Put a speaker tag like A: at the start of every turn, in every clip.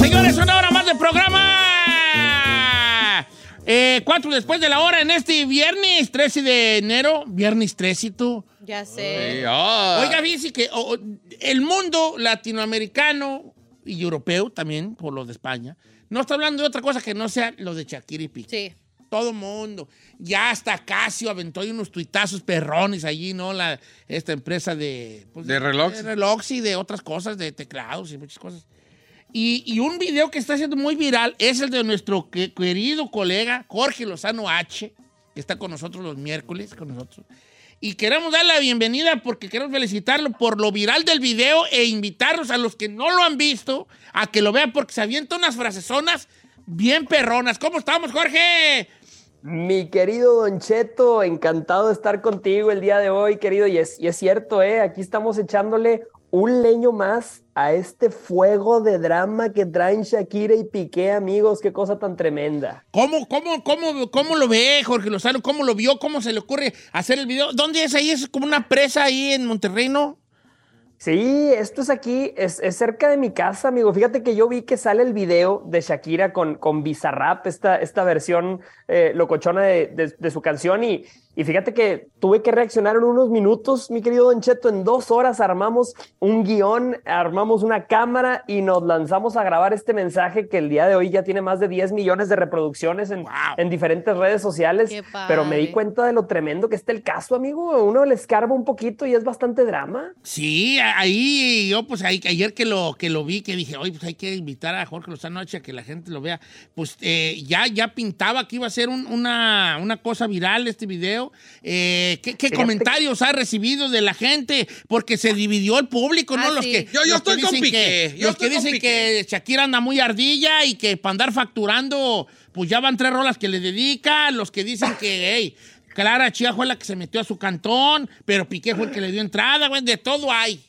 A: Señores, una hora más de programa. Eh, cuatro después de la hora en este viernes 13 de enero. Viernes 13, tú.
B: Ya sé.
A: Oiga, dice que o- o- el mundo latinoamericano y europeo también, por los de España, no está hablando de otra cosa que no sea lo de Shakira y Piqué.
B: Sí.
A: Todo mundo. Ya hasta Casio aventó ahí unos tuitazos perrones allí, ¿no? La, esta empresa de... pues,
C: ¿De reloj?
A: De reloj y de otras cosas, de teclados y muchas cosas. Y, y un video que está siendo muy viral es el de nuestro que- querido colega Jorge Lozano H, que está con nosotros los miércoles, con nosotros. Y queremos darle la bienvenida porque queremos felicitarlo por lo viral del video e invitarlos a los que no lo han visto a que lo vean porque se avienta unas frasesonas bien perronas. ¿Cómo estamos, Jorge?
D: Mi querido Don Cheto, encantado de estar contigo el día de hoy, querido. Y es, y es cierto, ¿eh? aquí estamos echándole un leño más a este fuego de drama que traen Shakira y Piqué, amigos. Qué cosa tan tremenda.
A: ¿Cómo, cómo, cómo, cómo lo ve Jorge Lozano? ¿Cómo lo vio? ¿Cómo se le ocurre hacer el video? ¿Dónde es ahí? ¿Es como una presa ahí en Monterrey, no?
D: Sí, esto es aquí, es, es cerca de mi casa, amigo. Fíjate que yo vi que sale el video de Shakira con, con Bizarrap, esta, esta versión eh, locochona de, de- de su canción. Y, y fíjate que tuve que reaccionar en unos minutos, mi querido Don Cheto. En dos horas armamos un guión, armamos una cámara y nos lanzamos a grabar este mensaje que el día de hoy ya tiene más de 10 millones de reproducciones en,
A: Wow.
D: en diferentes redes sociales.
B: Qué
D: Pero me di
B: padre.
D: cuenta de lo tremendo que está el caso, amigo. Uno le escarba un poquito y es bastante drama.
A: Sí, a- ahí yo pues ahí- ayer que lo, que lo vi, que dije, oye, pues hay que invitar a Jorge Lozano H a que la gente lo vea. Pues eh, ya, ya pintaba que iba a ser un- una, una cosa viral este video. Eh, ¿Qué, qué
D: Fíjate.
A: comentarios ha recibido de la gente? Porque se dividió el público, ¿no?
B: Ah,
A: los
B: sí.
A: que,
C: Yo-
A: los
C: yo
A: que
C: estoy con
A: dicen que-
C: Piqué, yo
A: los que
C: estoy con
A: dicen que
C: Piqué.
A: Shakira anda muy ardilla y que para andar facturando, pues ya van tres rolas que le dedica. Los que dicen que, hey, Clara Chía fue la que se metió a su cantón, pero Piqué fue el que le dio entrada, güey, de todo hay.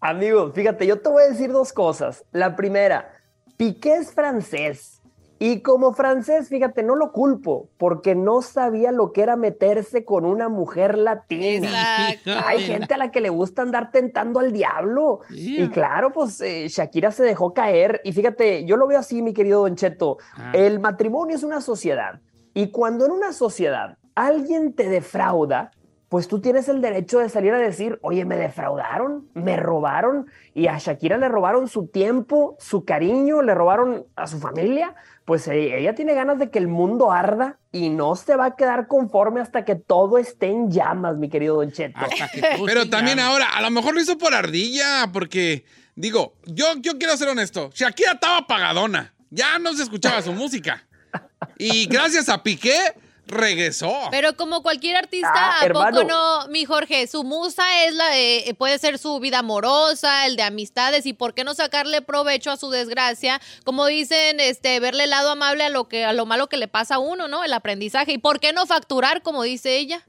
D: Amigo, fíjate, yo te voy a decir dos cosas. La primera, Piqué es francés. Y como francés, fíjate, no lo culpo, porque no sabía lo que era meterse con una mujer latina.
B: Exacto.
D: Hay gente a la que le gusta andar tentando al diablo.
A: Yeah.
D: Y claro, pues eh, Shakira se dejó caer. Y fíjate, yo lo veo así, mi querido Don Cheto.
A: Ah.
D: El matrimonio es una sociedad. Y cuando en una sociedad alguien te defrauda, pues tú tienes el derecho de salir a decir, oye, me defraudaron, me robaron. Y a Shakira le robaron su tiempo, su cariño, le robaron a su familia. Pues eh, ella tiene ganas de que el mundo arda y no se va a quedar conforme hasta que todo esté en llamas, mi querido Don Cheto.
A: Hasta que tú
C: Pero
A: sí
C: también
A: llamas.
C: ahora, a lo mejor lo hizo por ardilla, porque, digo, yo, yo quiero ser honesto. Shakira estaba apagadona. Ya no se escuchaba su música. Y gracias a Piqué, regresó.
B: Pero como cualquier artista,
D: Ah,
B: ¿a poco
D: hermano.
B: no, mi Jorge? Su musa es la eh, puede ser su vida amorosa, el de amistades, y por qué no sacarle provecho a su desgracia, como dicen, este, verle el lado amable a lo que, a lo malo que le pasa a uno, ¿no? El aprendizaje. ¿Y por qué no facturar, como dice ella?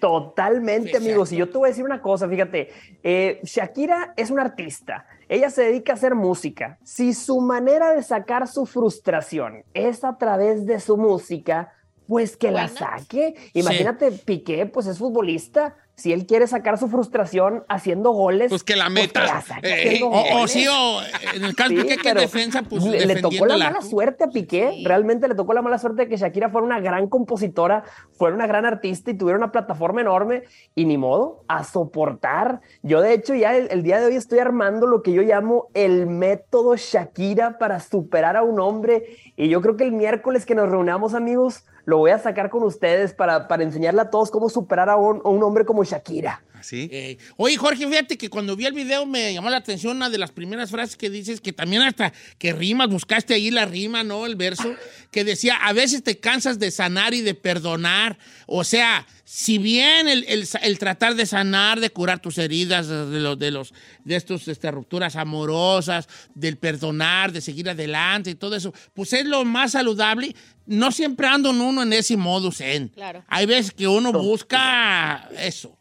D: Totalmente,
A: Sí,
D: amigos. Y yo te voy a decir una cosa, fíjate, eh, Shakira es una artista, ella se dedica a hacer música. Si su manera de sacar su frustración es a través de su música, pues que la
B: Buena.
D: saque. Imagínate, Piqué, pues es futbolista. si él quiere sacar su frustración haciendo goles,
C: Pues que la
D: que la
C: meta.
D: saque
C: Eh,
D: haciendo
A: O, o
D: goles.
A: sí, o en el caso
D: Sí,
A: de Piqué, que es
D: pero
A: defensa, pues
D: le, le tocó la
A: defendiéndola.
D: mala suerte a Piqué. Realmente le tocó la mala suerte de que Shakira fuera una gran compositora, fuera una gran artista y tuviera una plataforma enorme. Y ni modo, a soportar. Yo, de hecho, ya el, el día de hoy estoy armando lo que yo llamo el método Shakira para superar a un hombre. Y yo creo que el miércoles que nos reunamos, amigos, lo voy a sacar con ustedes para, para enseñarle a todos cómo superar a un- a un hombre como Shakira.
C: Así.
A: Eh, oye, Jorge, fíjate que cuando vi el video me llamó la atención una de las primeras frases que dices, que también hasta que rimas, buscaste ahí la rima, ¿no? El verso, que decía, a veces te cansas de sanar y de perdonar. O sea, si bien el, el sa- el tratar de sanar, de curar tus heridas, eh, de los, de los, de estos, este, rupturas amorosas, del perdonar, de seguir adelante y todo eso, pues es lo más saludable. No siempre ando en uno en ese modus en.
B: Claro.
A: Hay veces que uno busca eso.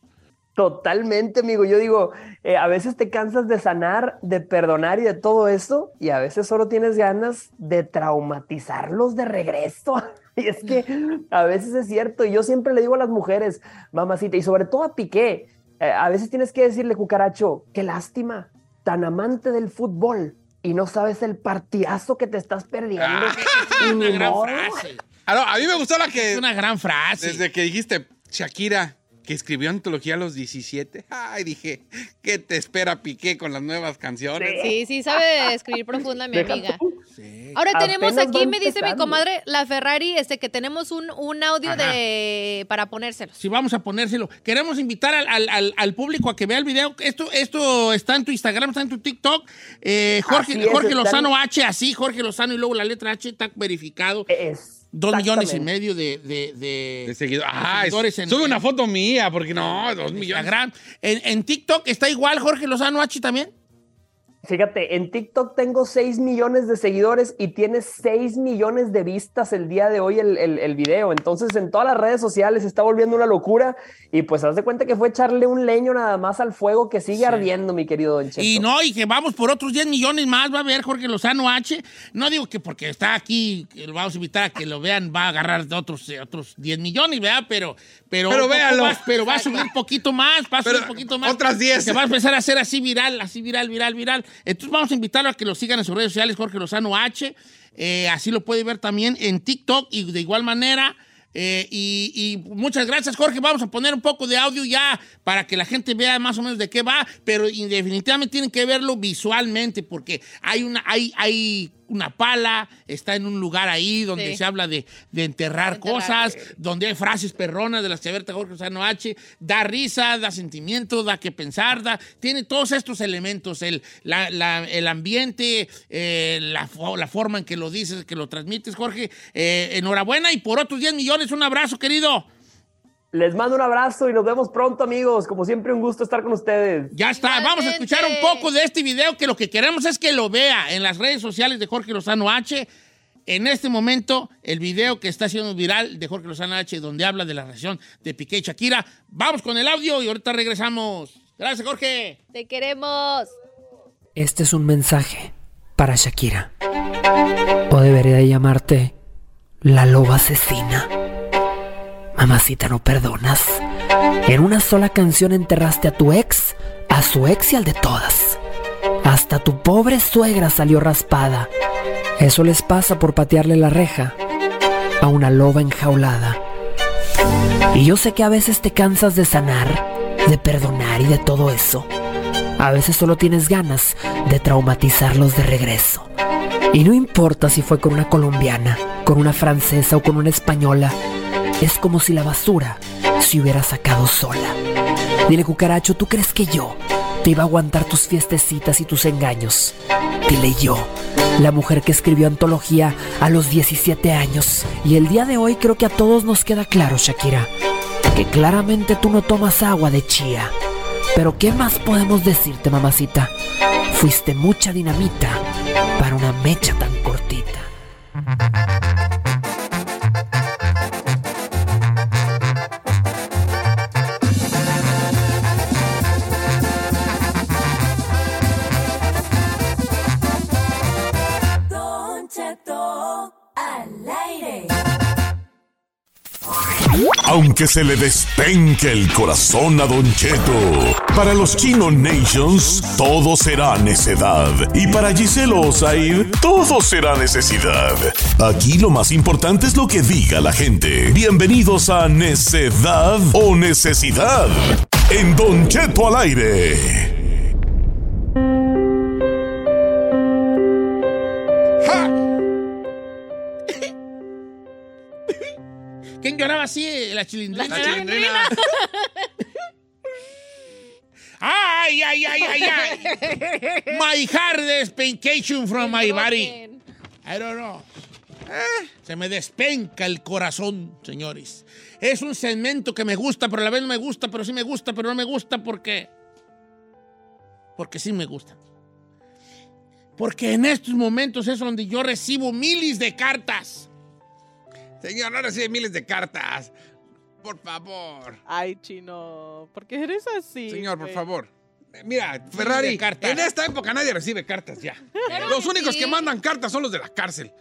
D: Totalmente, amigo. Yo digo, eh, a veces te cansas de sanar, de perdonar y de todo eso, y a veces solo tienes ganas de traumatizarlos de regreso. Y es que a veces es cierto, y yo siempre le digo a las mujeres, mamacita, y sobre todo a Piqué, eh, a veces tienes que decirle, cucaracho, qué lástima, tan amante del fútbol y no sabes el partidazo que te estás perdiendo.
A: Es
D: Y
A: una
D: ni
A: gran
D: modo.
A: frase.
C: Ah, no, a mí me gustó la
A: Es
C: que.
A: una gran frase.
C: Desde que dijiste Shakira, que escribió antología a los 17. Ay, dije, ¿qué te espera Piqué con las nuevas canciones?
B: Sí, sí, sabe escribir profunda mi
D: Deja
B: amiga.
D: tú.
A: Sí.
B: Ahora
D: Apenas
B: tenemos
D: va
B: aquí, me dice mi
D: empezando.
B: comadre, la Ferrari, este, que tenemos un, un audio
A: Ajá.
B: de para ponérselos.
A: Si vamos a ponérselo. Queremos invitar al, al- al- al público a que vea el video. Esto, esto está en tu Instagram, está en tu TikTok. Eh, Jorge,
D: Así es,
A: Jorge
D: está en-
A: Lozano H, así, Jorge Lozano y luego la letra H está verificado.
D: Es-
A: Dos millones y
D: exactamente.
A: medio de, de- de-
C: De seguido.
A: de
C: Ah,
A: seguidores en-
C: sube una
A: en
C: foto mía, porque no, dos millones.
A: Instagram. En, en TikTok está igual Jorge Lozano H también.
D: Fíjate, en TikTok tengo 6 millones de seguidores y tiene 6 millones de vistas el día de hoy el, el- el video. Entonces, en todas las redes sociales se está volviendo una locura. Y pues, haz de cuenta que fue echarle un leño nada más al fuego que sigue ardiendo, mi querido Don Cheto.
A: Y no, y que vamos por otros 10 millones más, va a ver Jorge Lozano H. No digo que porque está aquí, que lo vamos a invitar a que lo vean, va a agarrar de otros, eh, otros 10 millones, ¿verdad? Pero, pero,
C: Pero
A: un poco
C: véalo.
A: más, pero va a subir poquito más, va a subir
C: Pero
A: poquito más.
C: otras 10.
A: Se va a empezar a hacer así viral, así viral, viral, viral. Entonces vamos a invitarlo a que lo sigan en sus redes sociales, Jorge Lozano H. Eh, así lo puede ver también en TikTok y de igual manera. Eh, y, y muchas gracias, Jorge. Vamos a poner un poco de audio ya para que la gente vea más o menos de qué va, pero y definitivamente tienen que verlo visualmente porque hay una, hay, hay una pala, está en un lugar ahí donde
B: Sí.
A: se habla de, de enterrar
B: Enterrar.
A: cosas, donde hay frases perronas de las que Berta Jorge Lozano H da risa, da sentimiento, da que pensar, da, tiene todos estos elementos, el, la- la- el ambiente, eh, la, fo- la forma en que lo dices, que lo transmites, Jorge. Eh, enhorabuena y por otros 10 millones, un abrazo, querido.
D: Les mando un abrazo y nos vemos pronto, amigos. Como siempre, un gusto estar con ustedes.
A: Ya está, Ah, vamos a escuchar un
B: Igualmente.
A: poco de este video que lo que queremos es que lo vea en las redes sociales de Jorge Lozano H. En este momento, el video que está haciendo viral de Jorge Lozano H, donde habla de la relación de Piqué y Shakira. Vamos con el audio y ahorita regresamos. Gracias, Jorge.
B: Te queremos.
E: Este es un mensaje para Shakira. O debería de llamarte la loba asesina. Mamacita, no perdonas. En una sola canción enterraste a tu ex, a su ex y al de todas. Hasta tu pobre suegra salió raspada. Eso les pasa por patearle la reja a una loba enjaulada. Y yo sé que a veces te cansas de sanar, de perdonar y de todo eso. A veces solo tienes ganas de traumatizarlos de regreso. Y no importa si fue con una colombiana, con una francesa o con una española, es como si la basura se hubiera sacado sola. Dile, cucaracho, ¿tú crees que yo te iba a aguantar tus fiestecitas y tus engaños? Dile yo, la mujer que escribió antología a los 17 años. Y el día de hoy creo que a todos nos queda claro, Shakira, que claramente tú no tomas agua de chía. Pero ¿qué más podemos decirte, mamacita? Fuiste mucha dinamita para una mecha tan cortita.
F: Aunque se le despenque el corazón a Don Cheto, para los Chino Nations todo será necedad. Y para Giselo Osair, todo será necesidad. Aquí lo más importante es lo que diga la gente. Bienvenidos a Necedad o Necesidad en Don Cheto al aire.
A: ¿Quién lloraba así? La chilindrina.
C: La chilindrina.
A: ¡Ay, ay, ay, ay, ay! my heart despencation from my body. I don't know. Eh, Se me despenca el corazón, señores. Es un segmento que me gusta, pero a la vez no me gusta, pero sí me gusta, pero no me gusta porque. Porque sí me gusta. Porque en estos momentos es donde yo recibo miles de cartas.
C: Señor, no recibe miles de cartas. Por favor.
G: Ay, chino, ¿por qué eres así?
C: Señor, por
G: güey?
C: favor. Eh, Mira,
A: Miles de
C: Ferrari,
A: cartas.
C: en esta época nadie recibe cartas ya.
B: Claro
C: los
B: que
C: únicos
B: sí.
C: que mandan cartas son los de la cárcel.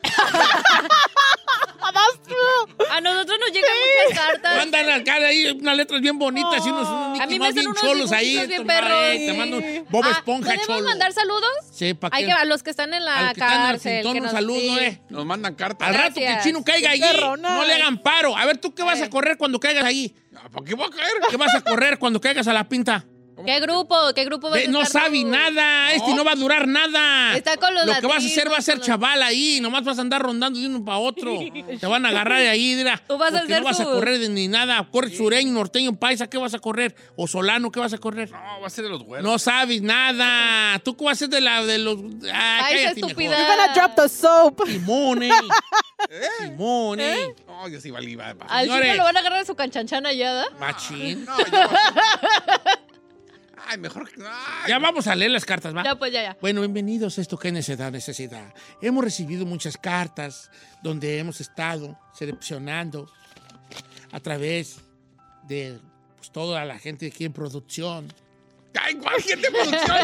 B: A nosotros nos llegan muchas cartas.
A: Mandan las caras ahí unas letras bien bonitas y unos, unos
B: A
A: Mickey
B: mí me
A: Mouse
B: hacen
A: bien
B: unos
A: cholos ahí.
B: dibujitos bien
A: tu madre,
B: perros.
A: Te mando Bob
B: Ah,
A: Esponja
B: ¿Podemos
A: cholo.
B: mandar saludos?
A: Sí, ¿pa'
B: Hay
A: qué?
B: que a los que están en la
A: Al que está en el
B: cárcel.
A: cintón,
B: que
A: un
B: nos-
A: saludo,
B: sí.
A: ¿eh?
C: Nos mandan cartas.
A: Al rato que el
B: Gracias.
A: chino caiga allí,
G: perrona.
A: no le hagan paro. A ver, ¿tú qué vas a
B: Eh.
A: correr cuando caigas allí?
C: Ah, ¿Por qué voy a caer?
A: ¿Qué vas a correr cuando caigas a la pinta?
B: ¿Qué grupo? ¿Qué grupo vas
A: Ve,
B: a
A: no
B: estar
A: sabe
B: tú?
A: nada, este no va a durar nada.
B: Está con los
A: Lo que vas a hacer va a
B: latinos,
A: ser
B: con los-
A: chaval ahí, nomás vas a andar rondando de uno para otro. Te van a agarrar de ahí, dirá.
B: Tú vas a
A: porque
B: hacer
A: no vas a
B: su-
A: correr de- ni nada. Corre sureño, norteño, paisa, ¿qué vas a correr? O solano, ¿qué vas a correr?
C: No, va a ser de los güeros.
A: No sabes nada. Tú qué vas a hacer de la de los ah,
B: Paisa
A: cállate mejor.
B: estúpida.
G: You're gonna drop the soap.
A: Simón, eh. Simón, eh.
C: No, yo sí valí, va, va.
B: Al chico
A: Señores.
B: lo van a agarrar de su canchanchan allá,
A: Machín.
C: No, yo- Ay, mejor que. Ay,
A: Ya vamos a leer las cartas, ¿va?
B: Ya, pues ya, ya.
A: Bueno, bienvenidos a esto que necesidad, necesidad. Hemos recibido muchas cartas donde hemos estado seleccionando a través de pues, toda la gente aquí en producción.
C: Ay, ¿cuál gente de producción?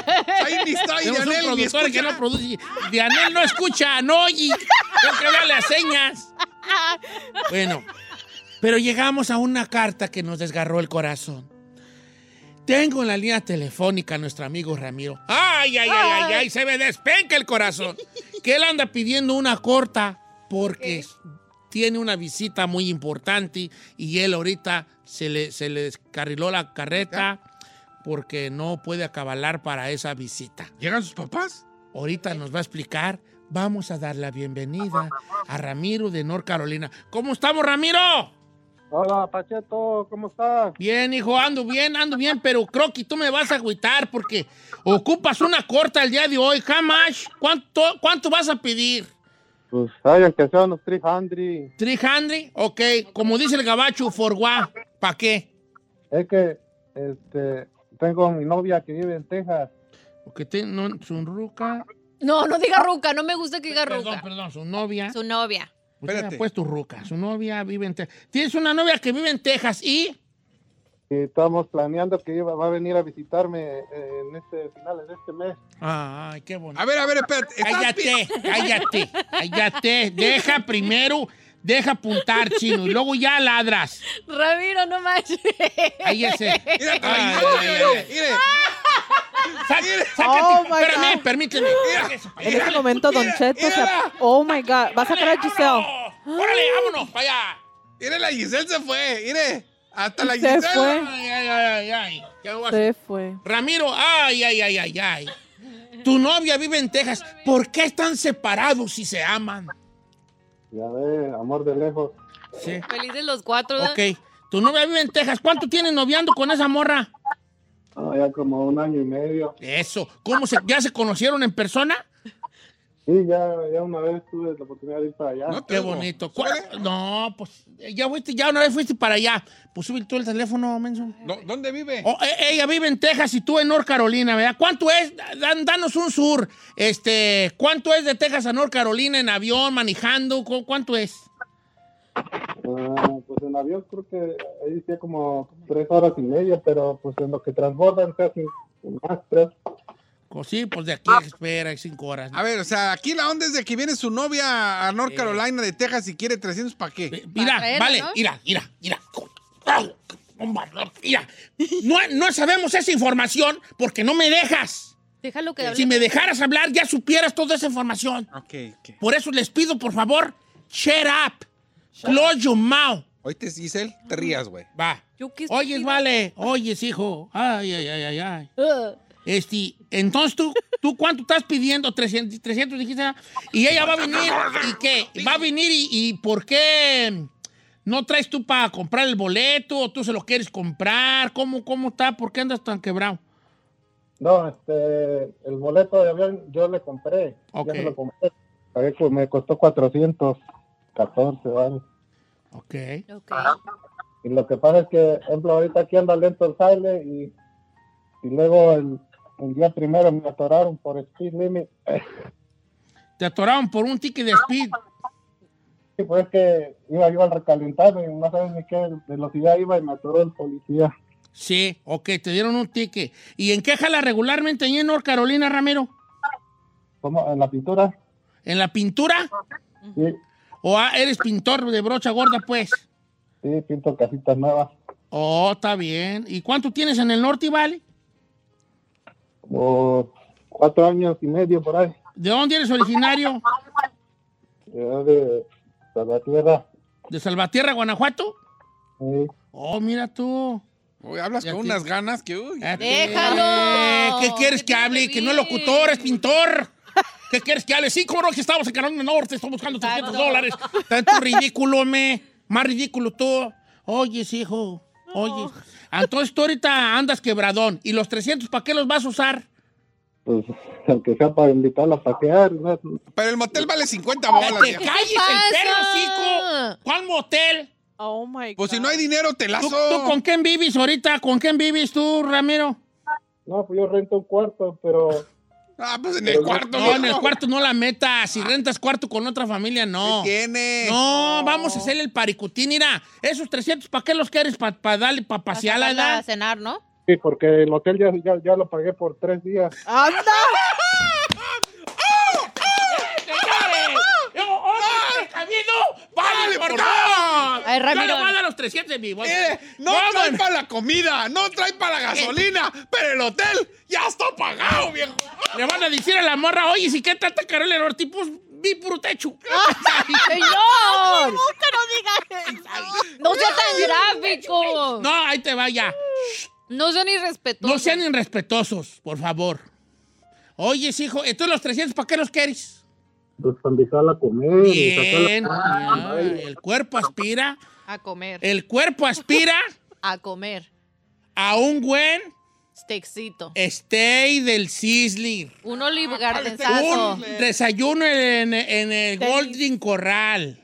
C: Ahí ni está,
A: Tenemos un
C: y Yanel, ni
A: productor que
C: escucha.
A: no produce. Dianel no escucha, no oye. Tengo que darle las señas. Bueno, pero llegamos a una carta que nos desgarró el corazón. Tengo en la línea telefónica a nuestro amigo Ramiro. ¡Ay, ay, ay, ay, ay! Se me despenca el corazón. Que él anda pidiendo una corta porque tiene una visita muy importante y él ahorita se le, se le descarriló la carreta porque no puede acabalar para esa visita.
C: ¿Llegan sus papás?
A: Ahorita nos va a explicar. Vamos a dar la bienvenida a Ramiro de North Carolina. ¿Cómo estamos, Ramiro?
H: Hola, Pacheto, ¿cómo estás?
A: Bien, hijo, ando bien, ando bien, pero creo que tú me vas a agüitar porque ocupas una corta el día de hoy. Hamash, ¿cuánto, cuánto vas a pedir?
H: Pues, ay, aunque sea unos 300,
A: ¿300? Ok, como dice el gabacho, for ¿Para qué?
H: es que, este, tengo mi novia que vive en Texas.
A: Porque te, no, su ruca.
B: No, no diga ruca, no me gusta que diga
A: Perdón,
B: ruca.
A: perdón, su novia.
B: Su novia.
A: Usted
C: Espérate.
A: ha puesto ruca. pues Su novia vive en Texas. Tienes una novia que vive en Texas y.
H: Y estamos planeando que iba- va a venir a visitarme eh, en este, finales de este mes.
A: Ay, qué bonito.
C: A ver, a ver, espérate. ¿Estás
A: Cállate, cállate, cállate. Deja primero, deja apuntar, chino, y luego ya ladras.
B: Ramiro, no manches.
A: Ahí ese.
C: pi- Mira,
A: Ay,
C: traidor,
A: ay,
C: mire,
A: ay.
C: mire.
A: Sa-
G: Oh,
A: Sácate.
G: my God.
A: Espérame, permíteme.
G: En este momento, Don Cheto se... Oh, my God. Va a sacar a Giselle.
A: Órale, vámonos para allá.
C: Mire, la Giselle se fue. Mire. Hasta la
G: Se
C: Giselle.
G: fue.
A: Ay, ay, ay, ay, ay. Ya voy a-
G: Se fue.
A: Ramiro, ay, ay, ay, ay, ay. Tu novia vive en Texas. ¿Por qué están separados si se aman?
H: Ya ve, amor de lejos.
A: Sí.
B: Felices los cuatro. ¿verdad?
A: Ok. Tu novia vive en Texas. ¿Cuánto tienes noviando con esa morra?
H: Ah, ya como un año y medio.
A: Eso. ¿Cómo se, ya se conocieron en persona?
H: Sí, ya, ya una vez tuve la oportunidad de ir para allá.
C: No te
A: Qué
C: oigo.
A: bonito. ¿Cuál- No, pues ya fuiste, ya una vez fuiste para allá. Pues sube tú el teléfono, menso.
C: No, ¿Dónde vive?
A: Oh, eh, ella vive en Texas y tú en North Carolina, ¿verdad? ¿Cuánto es? Dan- danos un sur. Este, ¿cuánto es de Texas a North Carolina en avión, manejando? ¿Cu- ¿Cuánto es?
H: Ah, pues en avión creo que ahí sí como tres horas y media, pero pues en lo que transbordan casi más tres.
A: Pues sí, pues de aquí espera cinco horas.
C: A ver, o sea, aquí la onda es de que viene su novia a North Carolina de Texas y quiere 300 para qué.
A: Eh, Mira,
B: Para traerla,
A: vale,
B: ¿no?
A: mira, mira, mira. ¡Ay! hombre, no, Mira, no, no sabemos esa información porque no me dejas.
B: Déjalo que hable.
A: Si me dejaras hablar, ya supieras toda esa información.
C: Ah, Ok, ok.
A: Por eso les pido, por favor, shut up. Close your mouth.
C: Oíste, Giselle, te rías, güey.
A: Va.
B: Yo qué
A: Oyes,
B: estúpida.
A: vale. Oyes, hijo. Ay, ay, ay, ay, ay. Este, entonces tú, ¿tú cuánto estás pidiendo? 300, 300 dijiste. ¿verdad? Y ella va a venir. ¿Y qué? Va a venir y, y ¿por qué no traes tú para comprar el boleto? ¿O tú se lo quieres comprar? ¿Cómo, cómo está? ¿Por qué andas tan quebrado?
H: No, este, el boleto de avión yo le compré.
A: Ok.
H: Yo se lo compré. Pagué, pues, me costó 414, ¿vale?
A: Ok.
B: Ok.
H: Y lo que pasa es que, ejemplo, ahorita aquí anda lento el sale y, y luego el, el día primero me atoraron por speed limit.
A: Te atoraron por un ticket de speed.
H: Y pues que iba yo al recalentarme y no sabes ni qué velocidad iba y me atoró el policía.
A: Sí, ok, te dieron un ticket. ¿Y en qué jala regularmente ahí en North Carolina, Ramiro?
H: ¿Cómo? ¿En la pintura?
A: ¿En la pintura?
H: Sí,
A: ¿O ah, eres pintor de brocha gorda, pues?
H: sí, pinto casitas nuevas.
A: Oh, está bien. ¿Y cuánto tienes en el norte, Vale?
H: Como cuatro años y medio por ahí.
A: ¿De dónde eres originario?
H: Yo de Salvatierra.
A: ¿De Salvatierra, Guanajuato?
H: Sí.
A: Oh, mira tú.
C: Uy, hablas
A: Ya
C: con
A: te-
C: unas ganas que, uy.
A: Ah, tú.
B: Déjalo.
A: Eh, ¿Qué quieres que
B: ¿Qué tiene
A: hable?
B: que
A: Que no es
B: ver?
A: locutor, es pintor. ¿Qué quieres que hable? Sí, cómo no, que estamos en Carolina Norte, estamos buscando 300
B: Exacto.
A: dólares. Tanto ridículo, me. Más ridículo tú. Oyes, hijo. Oyes. Entonces tú ahorita andas quebradón. ¿Y los 300 para qué los vas a usar?
H: Pues, aunque sea para invitarla a pasear, ¿no?
C: Pero el motel vale 50
A: ¡Que
C: bolas.
A: te
C: vieja.
A: calles
B: pasa?
A: el perro, chico! ¿Cuál motel?
G: Oh my God.
C: Pues si no hay dinero, te lazo.
A: ¿Tú, tú con quién vives ahorita? ¿Con quién vives tú, Ramiro?
H: No, pues yo rento un cuarto, pero
C: Ah, pues en el cuarto. Ah.
A: No, en el cuarto no la metas. Si rentas cuarto con otra familia, no.
C: ¿Qué tiene?
A: No, vamos a hacer el paricutín. Mira, esos 300, ¿para qué los quieres? ¿Para darle, para
B: Vas a
A: pasear la
B: sacarla a
A: edad?
B: cenar, ¿no?
H: sí, porque el hotel ya, ya, ya lo pagué por tres días.
G: ¡Anda!
C: Ah.
A: este ¡Vale, por dos!
B: Ay,
A: Yo le
B: Ramiro.
A: voy a dar los 300 de mi bolsa.
C: Eh, no
A: Vamos.
C: trae para la comida, no trae para la gasolina, pero el hotel ya está pagado, viejo.
A: Le van a decir a la morra, oye, si qué trata Carolina Ortiz, pues vi puro techo.
B: ¡Señor! ¡No sea tan gráfico!
A: No, ahí te vaya.
B: No sean irrespetuosos.
A: No sean irrespetuosos, por favor. Oye, hijo, entonces los 300, ¿para qué los quieres?
H: Pues para invitarla a comer. y sacarla- Ah,
A: Bien. Ay, el cuerpo aspira,
B: A comer.
A: el cuerpo aspira
B: A comer.
A: a un buen
B: Stexito.
A: stay del Sizzler.
B: Un olive
A: Un
B: gardenzazo.
A: desayuno en, en el Golden Corral,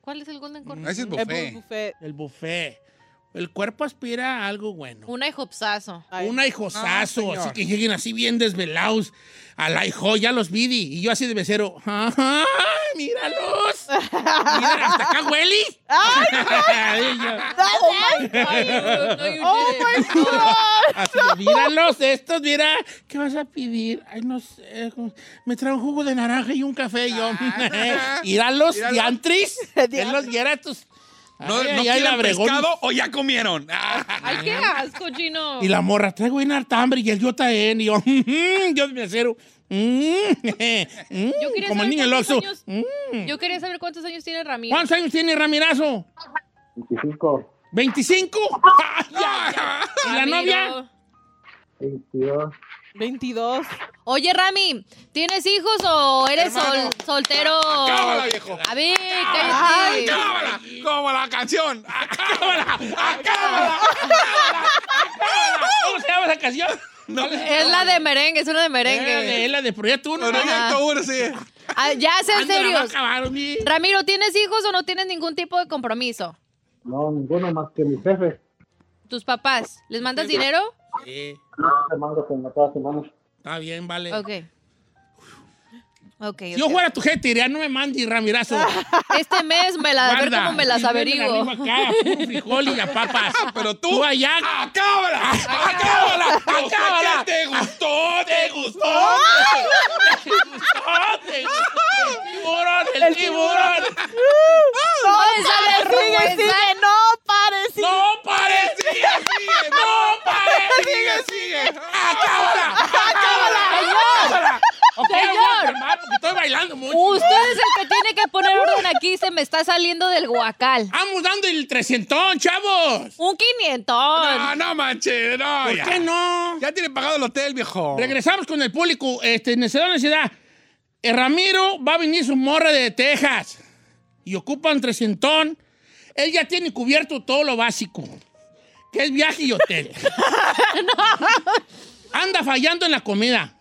B: ¿Cuál es el Golden
A: Mm,
B: Corral?
C: Ese es
G: El
C: buffet.
G: buffet.
A: el buffet. El cuerpo aspira a algo bueno.
B: Un hijopsazo.
G: Ay,
A: Un hijosazo,
C: No, señor.
A: así que lleguen así bien desvelados al hijo, ya los vi y yo así de becero. ¡Ay, míralos! ¡Mira, hasta acá huele! Y yo,
B: ¡Oh, my God!
A: Así de, míralos estos, mira, ¿qué vas a pedir? Ay, no sé, ¿cómo? me trae un jugo de naranja y un café, y yo,
C: Ah.
A: íralos,
C: Míralos.
A: diantris, él los guiara tus...
C: No,
A: Ay, ay,
C: no
A: ay,
C: quieren
A: abregón.
C: pescado o ya comieron. Ah,
B: ¡Ay, qué asco, Chino!
A: Y la morra, traigo bien harta hambre, y el yo también, y yo, "Ujú, Dios mío, cero,
B: Yo quería
A: como el
B: saber
A: niño del
B: cuántos
A: Oxxo.
B: años-
A: Mm.
B: Yo quería saber cuántos años tiene Ramiro.
A: ¿Cuántos años tiene Ramirazo?
H: 25,
A: ¿25? Ay, ay, ay. ¿Y la
B: Ramiro.
A: novia?
H: 22.
G: 22.
B: Oye, Rami, ¿tienes hijos o eres
C: Hermano.
B: sol- soltero?
C: Acábala, viejo.
B: A ver,
C: Ay,
B: cállate.
C: ¡Acábala! Ah, Como la canción. ¡Acábala! ¡Acábala!
A: ¿Cómo se llama esa canción?
B: Es la de merengue, es una de merengue.
A: Eh, Es la de Proyecto 1.
C: Bueno, ya todo uno, sí.
B: Ah, ya, sean serios.
A: serios.
B: Ramiro, ¿tienes hijos o no tienes ningún tipo de compromiso?
H: No, ninguno más que mi jefe.
B: ¿Tus papás? ¿Les mandas dinero?
A: Sí,
H: No te mando como cada semana.
A: está bien, vale.
B: Ok. Ok.
A: Si yo
B: ok.
A: fuera tu gente, diría, no me mandes, Ramirazo.
B: Este mes me la a ver
A: Guarda.
B: cómo me las
A: Y tráeme la
B: averiguo.
A: misma cara, puro frijol y a papas.
C: Pero tú-
A: Tú allá.
C: ¡Acábala! ¡Acábala! ¡Acábala! ¿Te gustó? ¿Te gustó?
A: ¡Ah, te- el tiburón, el, tiburón.
B: No, esa de
G: Sigue,
B: vergüenza.
G: sigue, no pares.
A: No,
C: sigue.
A: ¡Acábala! ¡Acábala! ¡Acábala! Ok,
B: Señor.
A: voy a calmar porque estoy bailando mucho.
B: Usted es el que tiene que poner orden aquí. Se me está saliendo del guacal.
A: ¡Vamos dando el trescientón, chavos!
B: Un quinientón.
C: No, no manches, no.
A: ¿Por
C: ya.
A: qué no?
C: Ya tiene pagado el hotel, viejo.
A: Regresamos con el público. Este, necesidad, necesidad. Eh, Ramiro va a venir su morra de Texas y ocupan trescientón. Él ya tiene cubierto todo lo básico, que es viaje y hotel. Anda fallando en la comida.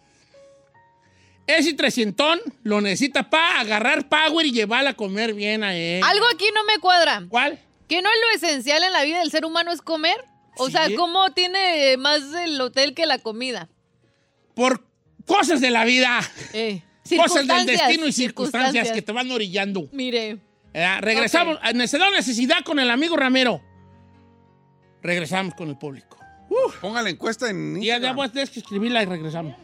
A: Ese trescientón lo necesita para agarrar power y llevarla a comer bien a él.
B: Algo aquí no me cuadra.
A: ¿Cuál?
B: ¿Que no es lo esencial en la vida del ser humano es comer? O
A: Sí.
B: sea, ¿cómo tiene más el hotel que la comida?
A: Por cosas de la vida,
B: Eh,
A: cosas Pues del
B: circunstancias,
A: destino y circunstancias que te van orillando.
B: Mire,
A: Eh, regresamos. a Necesidad o necesidad con el amigo Ramiro. Regresamos con el público.
C: Ponga la encuesta en
A: Y ya
C: Instagram.
A: vos tienes que escribirla y regresamos.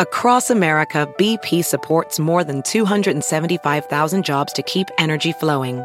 I: Across America, BP supports more than 275,000 jobs to keep energy flowing.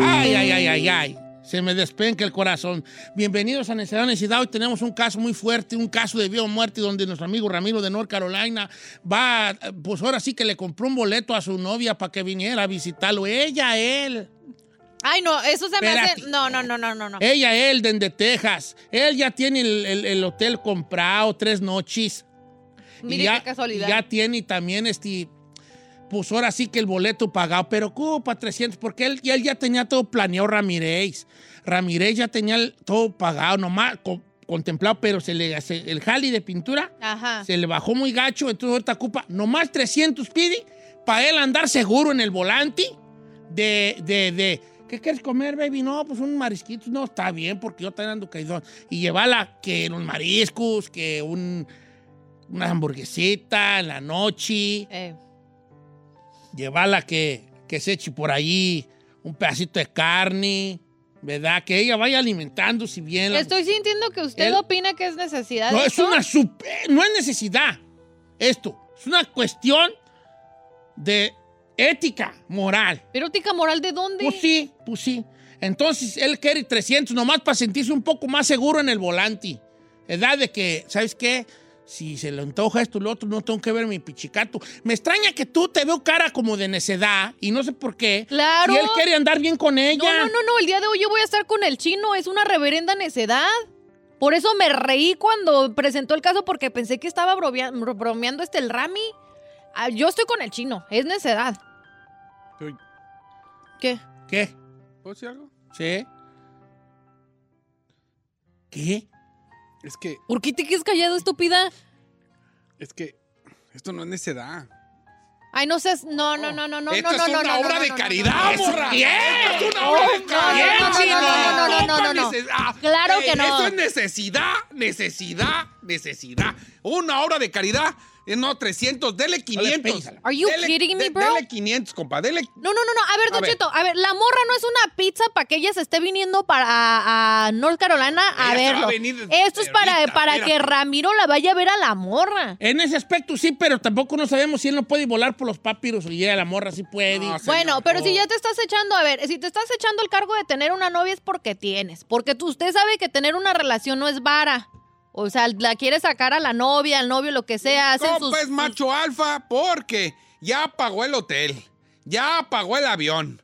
A: Ay, ay, ay, ay, ay. Se me despenca el corazón. Bienvenidos a Necesidad o Necesidad. Hoy tenemos un caso muy fuerte, un caso de vida o muerte, donde nuestro amigo Ramiro de North Carolina va, eh, pues ahora sí que le compró un boleto a su novia para que viniera a visitarlo. Ella, él.
B: ay no, eso se me hace...
A: Espérate.
B: No, no, no, no, no. no.
A: Ella, él, desde Texas. Él ya tiene el, el- el hotel comprado, tres noches.
B: Mire
A: ya,
B: qué casualidad.
A: y Ya tiene también este. Pues ahora sí que el boleto pagado, pero ocupa 300, porque él, y él ya tenía todo planeado Ramírez. Ramírez ya tenía el- todo pagado, nomás co- contemplado, pero se le se- el jali de pintura
B: Ajá.
A: se le bajó muy gacho, entonces ahorita ocupa nomás 300 pidi para él andar seguro en el volante de, de, de, ¿qué quieres comer, baby? No, pues un marisquito, no, está bien, porque yo también ando caidón. Y llevarla que unos mariscos, que un, una hamburguesita en la noche,
B: Eh,
A: llevarla que, que se eche por ahí un pedacito de carne, ¿verdad? Que ella vaya alimentándose bien. la
B: Estoy sintiendo que usted
A: Él-
B: opina que es necesidad.
A: no, es
B: eso.
A: una super- no es necesidad esto. Es una cuestión de ética, moral.
B: ¿Erótica moral de dónde?
A: Pues sí, pues sí. Entonces él quiere 300 nomás para sentirse un poco más seguro en el volante. Edad de que, ¿sabes qué? Si se le antoja esto y lo otro, no tengo que ver mi pichicato. Me extraña que tú te veo cara como de necedad y no sé por qué.
B: Claro.
A: Y él quiere andar bien con ella.
B: No, no, no, no, el día de hoy yo voy a estar con el chino, es una reverenda necedad. Por eso me reí cuando presentó el caso porque pensé que estaba bromea- bro- bromeando este el Rami. Ah, yo estoy con el chino, es necedad.
C: Uy.
B: ¿Qué?
A: ¿Qué?
C: ¿Puedo decir algo?
A: ¿Sí? ¿Qué?
C: Es que,
B: ¿Por qué te quedas callado, estúpida?
C: es que esto no es necedad.
B: Ay, no seas. No, no, no, no, no,
C: Oh, Esta
B: no, no,
C: es
B: no,
C: una
B: no, no,
C: obra
B: no,
C: de
B: no,
C: caridad,
B: no, no, no.
C: morra.
A: bien.
C: Esta es una obra de
B: no,
C: caridad,
A: no, no,
C: chino.
A: no,
B: no, no, no, no, no.
C: Compa, necesi- ah,
B: Claro
C: ey,
B: que no.
C: Esto es necesidad, necesidad, necesidad. una obra de caridad. Eh, No, 300, dele 500.
A: pénsala.
B: Are you
C: Dele-
B: kidding me,
C: de-
B: bro?
C: Dele 500, compa, dele.
B: No, no, no, no. A ver, Don
C: A ver.
B: Cheto, a ver, la morra no es una pizza para que ella se esté viniendo para a, a North Carolina a
C: Ella se va a
B: verlo.
C: venir
B: Esto es
C: de
B: para,
C: ahorita,
B: para
C: espérate.
B: que Ramiro la vaya a ver a la morra.
A: En ese aspecto sí, pero tampoco no sabemos si él no puede volar por los papiros y llega la morra, sí puede.
C: No, se-
B: Bueno, pero si
C: Ah, no.
B: ya te estás echando, a ver, si te estás echando el cargo de tener una novia es porque tienes, porque tú, usted sabe que tener una relación no es vara. O sea, la quiere sacar a la novia, al novio, lo que sea. Hacen
C: Compa
B: sus,
C: es pues, macho alfa porque ya pagó el hotel, ya pagó el avión.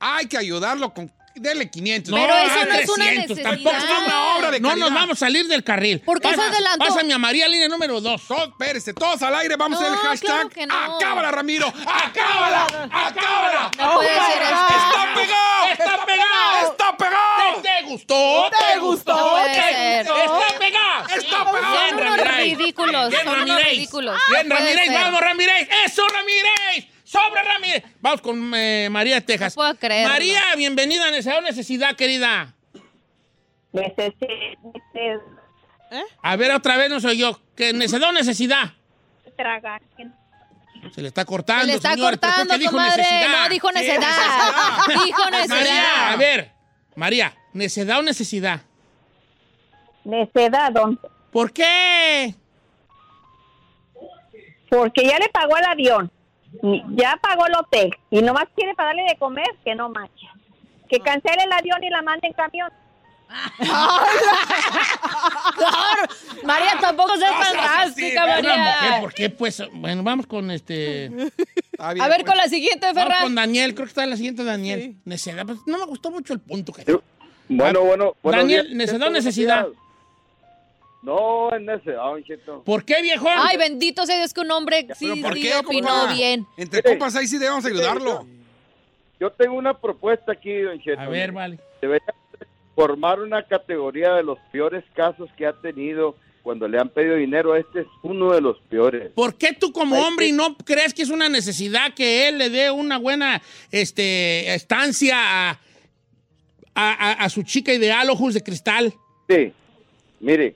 C: Hay que ayudarlo con. Dele 500.
B: Pero
C: No,
B: eso
C: hay
B: no es una
C: 300,
B: necesidad.
C: Tampoco es una obra de
A: No
C: caridad.
A: nos vamos a salir del carril.
B: ¿Por qué se
A: Pasa-
B: adelantó?
A: Pásame a María, línea número dos.
C: Todos, espérense, todos al aire, vamos a hacer
B: No,
C: el
B: claro
C: hashtag.
B: que no.
C: ¡Acábala, Ramiro! ¡Acábala! ¡Acábala!
B: No puede
C: ¡Acábala!
B: ser esto.
C: ¡Está pegado!
A: ¡Está pegado!
C: ¡Está
A: ¿Te,
C: pegado!
A: te gustó?
G: ¿Te gustó?
B: puede ser.
A: ¡Está pegado!
C: Está
A: Bien,
C: pegado.
B: Son unos
A: Ramírez.
B: ridículos,
A: Bien,
B: son unos
A: Ramírez.
B: ridículos.
A: Bien,
B: No puede
A: Ramírez,
B: ser.
A: vamos, Ramírez. ¡Eso, Ramírez! ¡Sobre Ramírez! Vamos con eh, María de Texas.
B: No puedo creerlo.
A: María, bienvenida a Necesidad o Necesidad, querida.
J: Necesito
A: A ver, otra vez no soy yo. ¿Que ¿Necesidad o necesidad?
J: tragar.
A: Se le está cortando,
B: Se le está
A: señor. ¿Pero
B: cortando,
A: ¿Por qué dijo
B: comadre.
A: necesidad?
B: No dijo necedad.
C: necesidad.
B: dijo
A: María, a
B: necedad.
A: ver. María, ¿necedad o necesidad?
J: Necedad, don.
A: ¿Por qué?
J: Porque ya le pagó el avión, y ya pagó el hotel y nomás quiere para darle de comer, que no manche. Que cancele el avión y la mande en camión.
B: María, tampoco seas
C: No seas
B: fantástica,
A: Una
C: así,
A: mujer,
B: María.
A: ¿Por qué? Pues, bueno, vamos con este...
C: Está bien,
B: A ver,
C: pues.
B: con la siguiente,
A: Vamos
B: Ferran.
A: con Daniel, creo que está la siguiente Daniel. Necedad, pues, no me gustó mucho el punto que dio.
H: Bueno, bueno. buenos
A: Daniel,
H: días.
A: ¿necesidad o
H: Buenos
A: necesidad?
H: días. No, es necesidad, don Cheto.
A: ¿Por qué, viejo?
B: Ay, bendito sea Dios que un hombre
C: ¿Pero
B: sí,
C: por
B: sí
C: qué,
B: opinó
C: compa?
B: bien.
C: Entre compas ahí sí debemos ayudarlo.
H: Yo tengo una propuesta aquí, don Cheto.
A: A ver, vale.
H: Debería formar una categoría de los peores casos que ha tenido cuando le han pedido dinero. Este es uno de los peores.
A: ¿Por qué tú como hombre no crees que es una necesidad que él le dé una buena este, estancia a, a- a- a su chica ideal, ojos de cristal?
H: Sí, mire,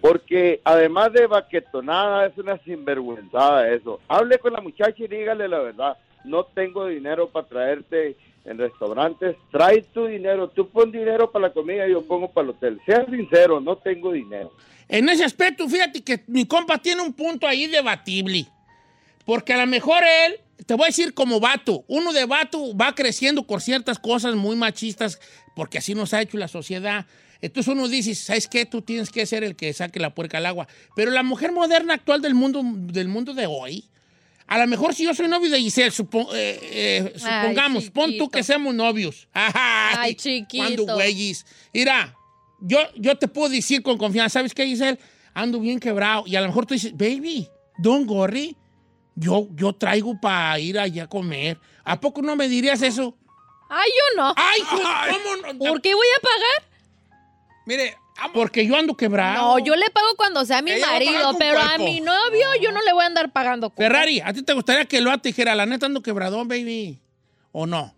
H: porque además de baquetonada es una sinvergüenzada eso. Hable con la muchacha y dígale la verdad. No tengo dinero para traerte en restaurantes. Trae tu dinero. Tú pon dinero para la comida y yo pongo para el hotel. Sea sincero, no tengo dinero.
A: En ese aspecto, fíjate que mi compa tiene un punto ahí debatible. Porque a lo mejor él, te voy a decir como vato, uno de vato va creciendo con ciertas cosas muy machistas, porque así nos ha hecho la sociedad. Entonces uno dice, ¿sabes qué? Tú tienes que ser el que saque la puerca al agua. Pero la mujer moderna actual del mundo, del mundo de hoy, a lo mejor si yo soy novio de Giselle, supo- eh, eh, supongamos, pon tú
B: chiquito.
A: que seamos novios. Ay,
B: Ay, chiquito.
A: Cuando güeyes. Mira, yo, yo te puedo decir con confianza, ¿sabes qué, Giselle? Ando bien quebrado. Y a lo mejor tú dices, baby, don't worry. Yo, yo traigo para ir allá a comer. ¿A poco no me dirías eso?
B: Ay, yo no.
A: ¡Ay, ¿cómo no?
B: ¿Por qué voy a pagar?
C: Mire, amo-
A: Porque yo ando quebrado.
B: No, yo le pago cuando sea mi
C: Ella va a pagar
B: marido,
C: con
B: pero a
C: cuerpo.
B: mi novio yo no le voy a andar pagando. cosas.
A: Ferrari, ¿a ti te gustaría que lo dijera, la neta ando quebradón, baby? ¿O no?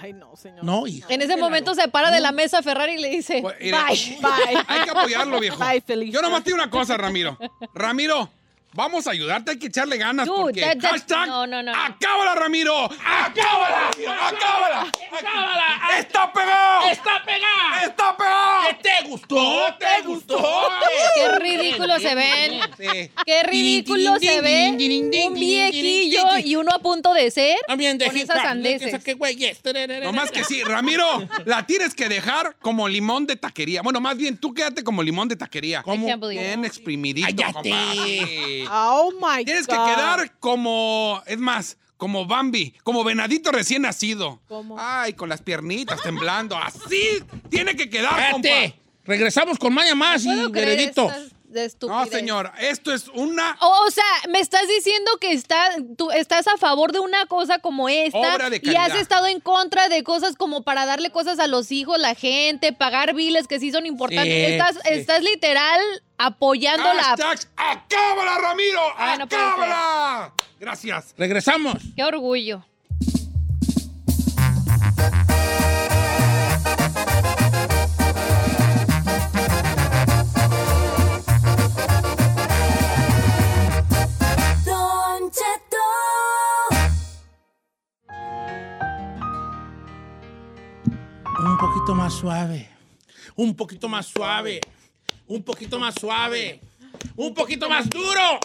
G: Ay, no, señor.
A: No, hija.
B: En ese momento se para de la mesa Ferrari y le dice,
C: Pues, mira.
B: bye.
G: Bye.
C: hay que apoyarlo, viejo.
G: Ay, feliz.
C: Yo nomás te digo una cosa, Ramiro. Ramiro, vamos a ayudarte, hay que echarle ganas.
B: Dude,
C: porque
B: that- that-
C: hashtag,
B: no, no, no.
C: ¡Acábala, Ramiro! ¡Acábala! ¡Acábala!
A: ¡Acábala!
C: ¡Está pegado!
A: ¡Está pegada!
C: ¡Está pegado!
A: ¿Qué te gustó? ¿Te gustó?
B: Qué ridículo se ven.
C: Sí.
B: Qué ridículo se ve un viejillo y uno a punto de ser
A: También
B: con esas sandeces.
A: ¿Qué güey es?
C: No más que sí, Ramiro, la tienes que dejar como limón de taquería. Bueno, más bien, tú quédate como limón de taquería.
A: ¿Cómo?
B: I can't believe it.
C: Bien exprimidito,
A: Cállate.
C: compa, sí.
G: Oh, my
C: Tienes que
G: God.
C: quedar como, es más, como Bambi, como venadito recién nacido.
G: ¿Cómo?
C: Ay, con las piernitas temblando. Así tiene que quedar, compa.
A: Espérate. Regresamos con Maya más y
B: Puedo creer
A: veredictos.
B: estas de
C: No,
B: estupidez.
C: señor, esto es una
B: O sea, me estás diciendo que está, tú estás a favor de una cosa como esta
C: Obra de
B: y has
C: caridad.
B: estado en contra de cosas como para darle cosas a los hijos, la gente, pagar biles que sí son importantes.
A: Sí,
B: estás,
A: sí.
B: estás literal apoyando la...
C: hashtag. ¡Acábala, Ramiro!
B: Ay, no puede ser.
C: ¡Acábala! Gracias.
A: Regresamos.
B: pues, Qué orgullo.
A: poquito más suave. Un poquito más suave. Un poquito más suave. Un poquito más duro.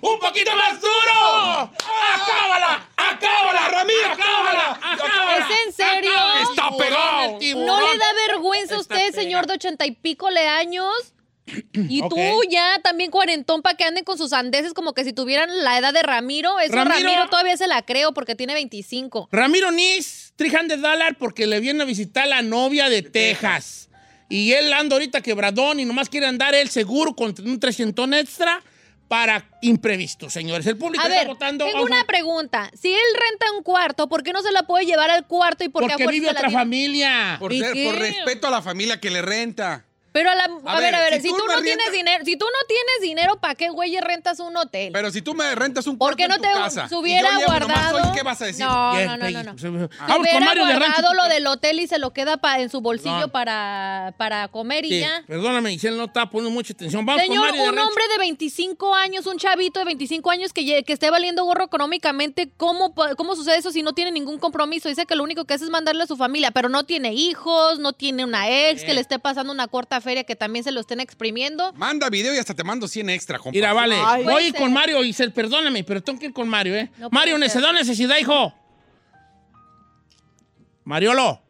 A: Un poquito más duro. Acábala, acábala, Ramiro, acábala. acábala.
B: ¿Es en serio?
A: Está pegado.
B: ¿No le da vergüenza a usted, señor de ochenta y pico de años? Y tú
A: Ok.
B: ya también cuarentón para que anden con sus andeses como que si tuvieran la edad de Ramiro. Eso
A: Ramiro.
B: Ramiro, todavía se la creo porque tiene 25.
A: Ramiro Nis, 300 dólares porque le viene a visitar la novia de Texas. Y él anda ahorita quebradón y nomás quiere andar él seguro con un 300 extra para imprevistos, señores. El público
B: A
A: está
B: ver,
A: votando.
B: tengo
A: a-
B: una pregunta. Si él renta un cuarto, ¿por qué no se la puede llevar al cuarto y por qué a
A: porque
B: fuerza
A: vive
B: se la
A: otra
B: tiene?
A: familia.
C: Por,
B: ¿Y
C: ser-
B: qué?
C: por respeto a la familia que le renta.
B: Pero a, la- a ver, a ver, si, tú,
C: me
B: no tienes
C: rentas-
B: dinero, si tú no tienes dinero, ¿para qué güey rentas un hotel?
C: Pero si tú me rentas un
B: ¿Por
C: cuarto
B: qué no
C: en tu
B: te
C: casa
B: se hubiera
C: y yo llevo nomás
B: guardado?
C: hoy, ¿qué vas a decir?
B: No,
A: Bien, Pues,
B: no, no, no, no.
A: Peggy. Vamos
B: Se
A: Ah, con
B: hubiera
A: Mario de Rancho.
B: guardado lo del hotel y se lo queda pa- en su bolsillo
A: Perdón.
B: para, para comer y
A: Sí,
B: ya.
A: Perdóname, Giselle, no está poniendo mucha atención. Vamos con
B: Señor,
A: Mario de
B: un
A: Rancho.
B: hombre de 25 años, un chavito de 25 años que, lle- que esté valiendo gorro económicamente, ¿cómo, po- ¿cómo sucede eso si no tiene ningún compromiso? Dice que lo único que hace es mandarle a su familia, pero no tiene hijos, no tiene una ex, que le esté pasando una corta feria que también se lo estén exprimiendo.
C: Manda video y hasta te mando 100 extra, compa.
A: Mira, vale.
G: Ay.
A: Voy
B: Puede
A: con
B: ser.
A: Mario, Giselle, perdóname, pero tengo que ir con Mario, ¿eh?
B: No puede
A: Mario,
B: ser.
A: necesidad, necesidad, hijo. Mariolo.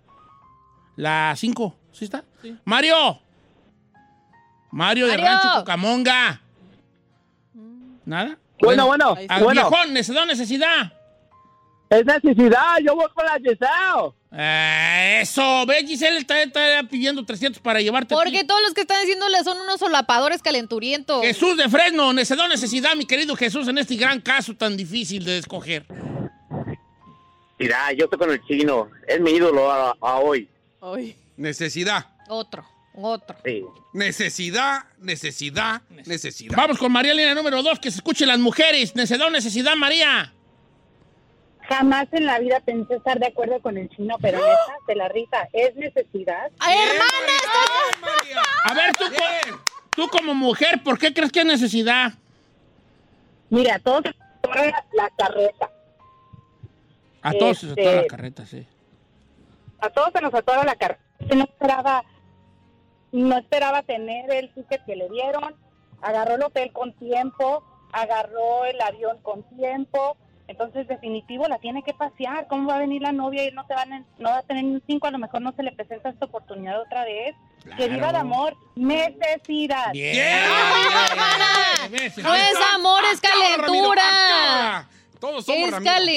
A: La 5, ¿sí está? Mario. Mario de
B: Mario.
A: Rancho Cucamonga. ¿Nada?
H: Bueno, bueno,
G: ahí
A: Ah,
H: bueno.
A: Viejón, necesidad, necesidad.
H: Es necesidad, yo voy con la Giselle.
A: Eh, eso, ve, Giselle está, está pidiendo 300 para llevarte. a ti.
B: Porque todos los que están diciéndole son unos solapadores calenturientos.
A: Jesús de Fresno, necesidad, necesidad, mi querido Jesús, en este gran caso tan difícil de escoger.
H: Mira, yo estoy con el chino. Es mi ídolo a, a hoy.
G: Ay.
C: Necesidad,
B: Otro, otro.
H: Sí.
C: necesidad, necesidad, necesidad.
A: Vamos con María Elena número 2, que se escuchen las mujeres. Necesidad, necesidad, María.
J: Jamás en la vida pensé estar de acuerdo con el chino, pero neta, de la risa, es necesidad.
B: ¡Ay,
C: Bien,
B: hermano!
C: María,
A: A ver, tú, co-
C: bien, María.
A: tú como mujer, ¿por qué crees que es necesidad?
J: Mira, todos corren la carreta.
A: A todos,
J: Este-
A: a toda la carreta, sí.
J: a todos se nos atoró la carreta. No esperaba, no esperaba tener el ticket que le dieron. Agarró el hotel con tiempo, agarró el avión con tiempo. Entonces, definitivo, la tiene que pasear. ¿Cómo va a venir la novia y no se van, a- no va a tener ni un cinco? A lo mejor no se le presenta esta oportunidad otra vez. Que
A: Claro.
J: viva el amor, necesidad.
A: Bien.
B: Bien.
A: Bien, bien,
B: No
A: bien.
B: es amor, es
C: Acábala, Ramiro,
B: calentura.
A: ah,
C: acábala. Todos somos
B: Es
C: Ramiro.
G: Todos somos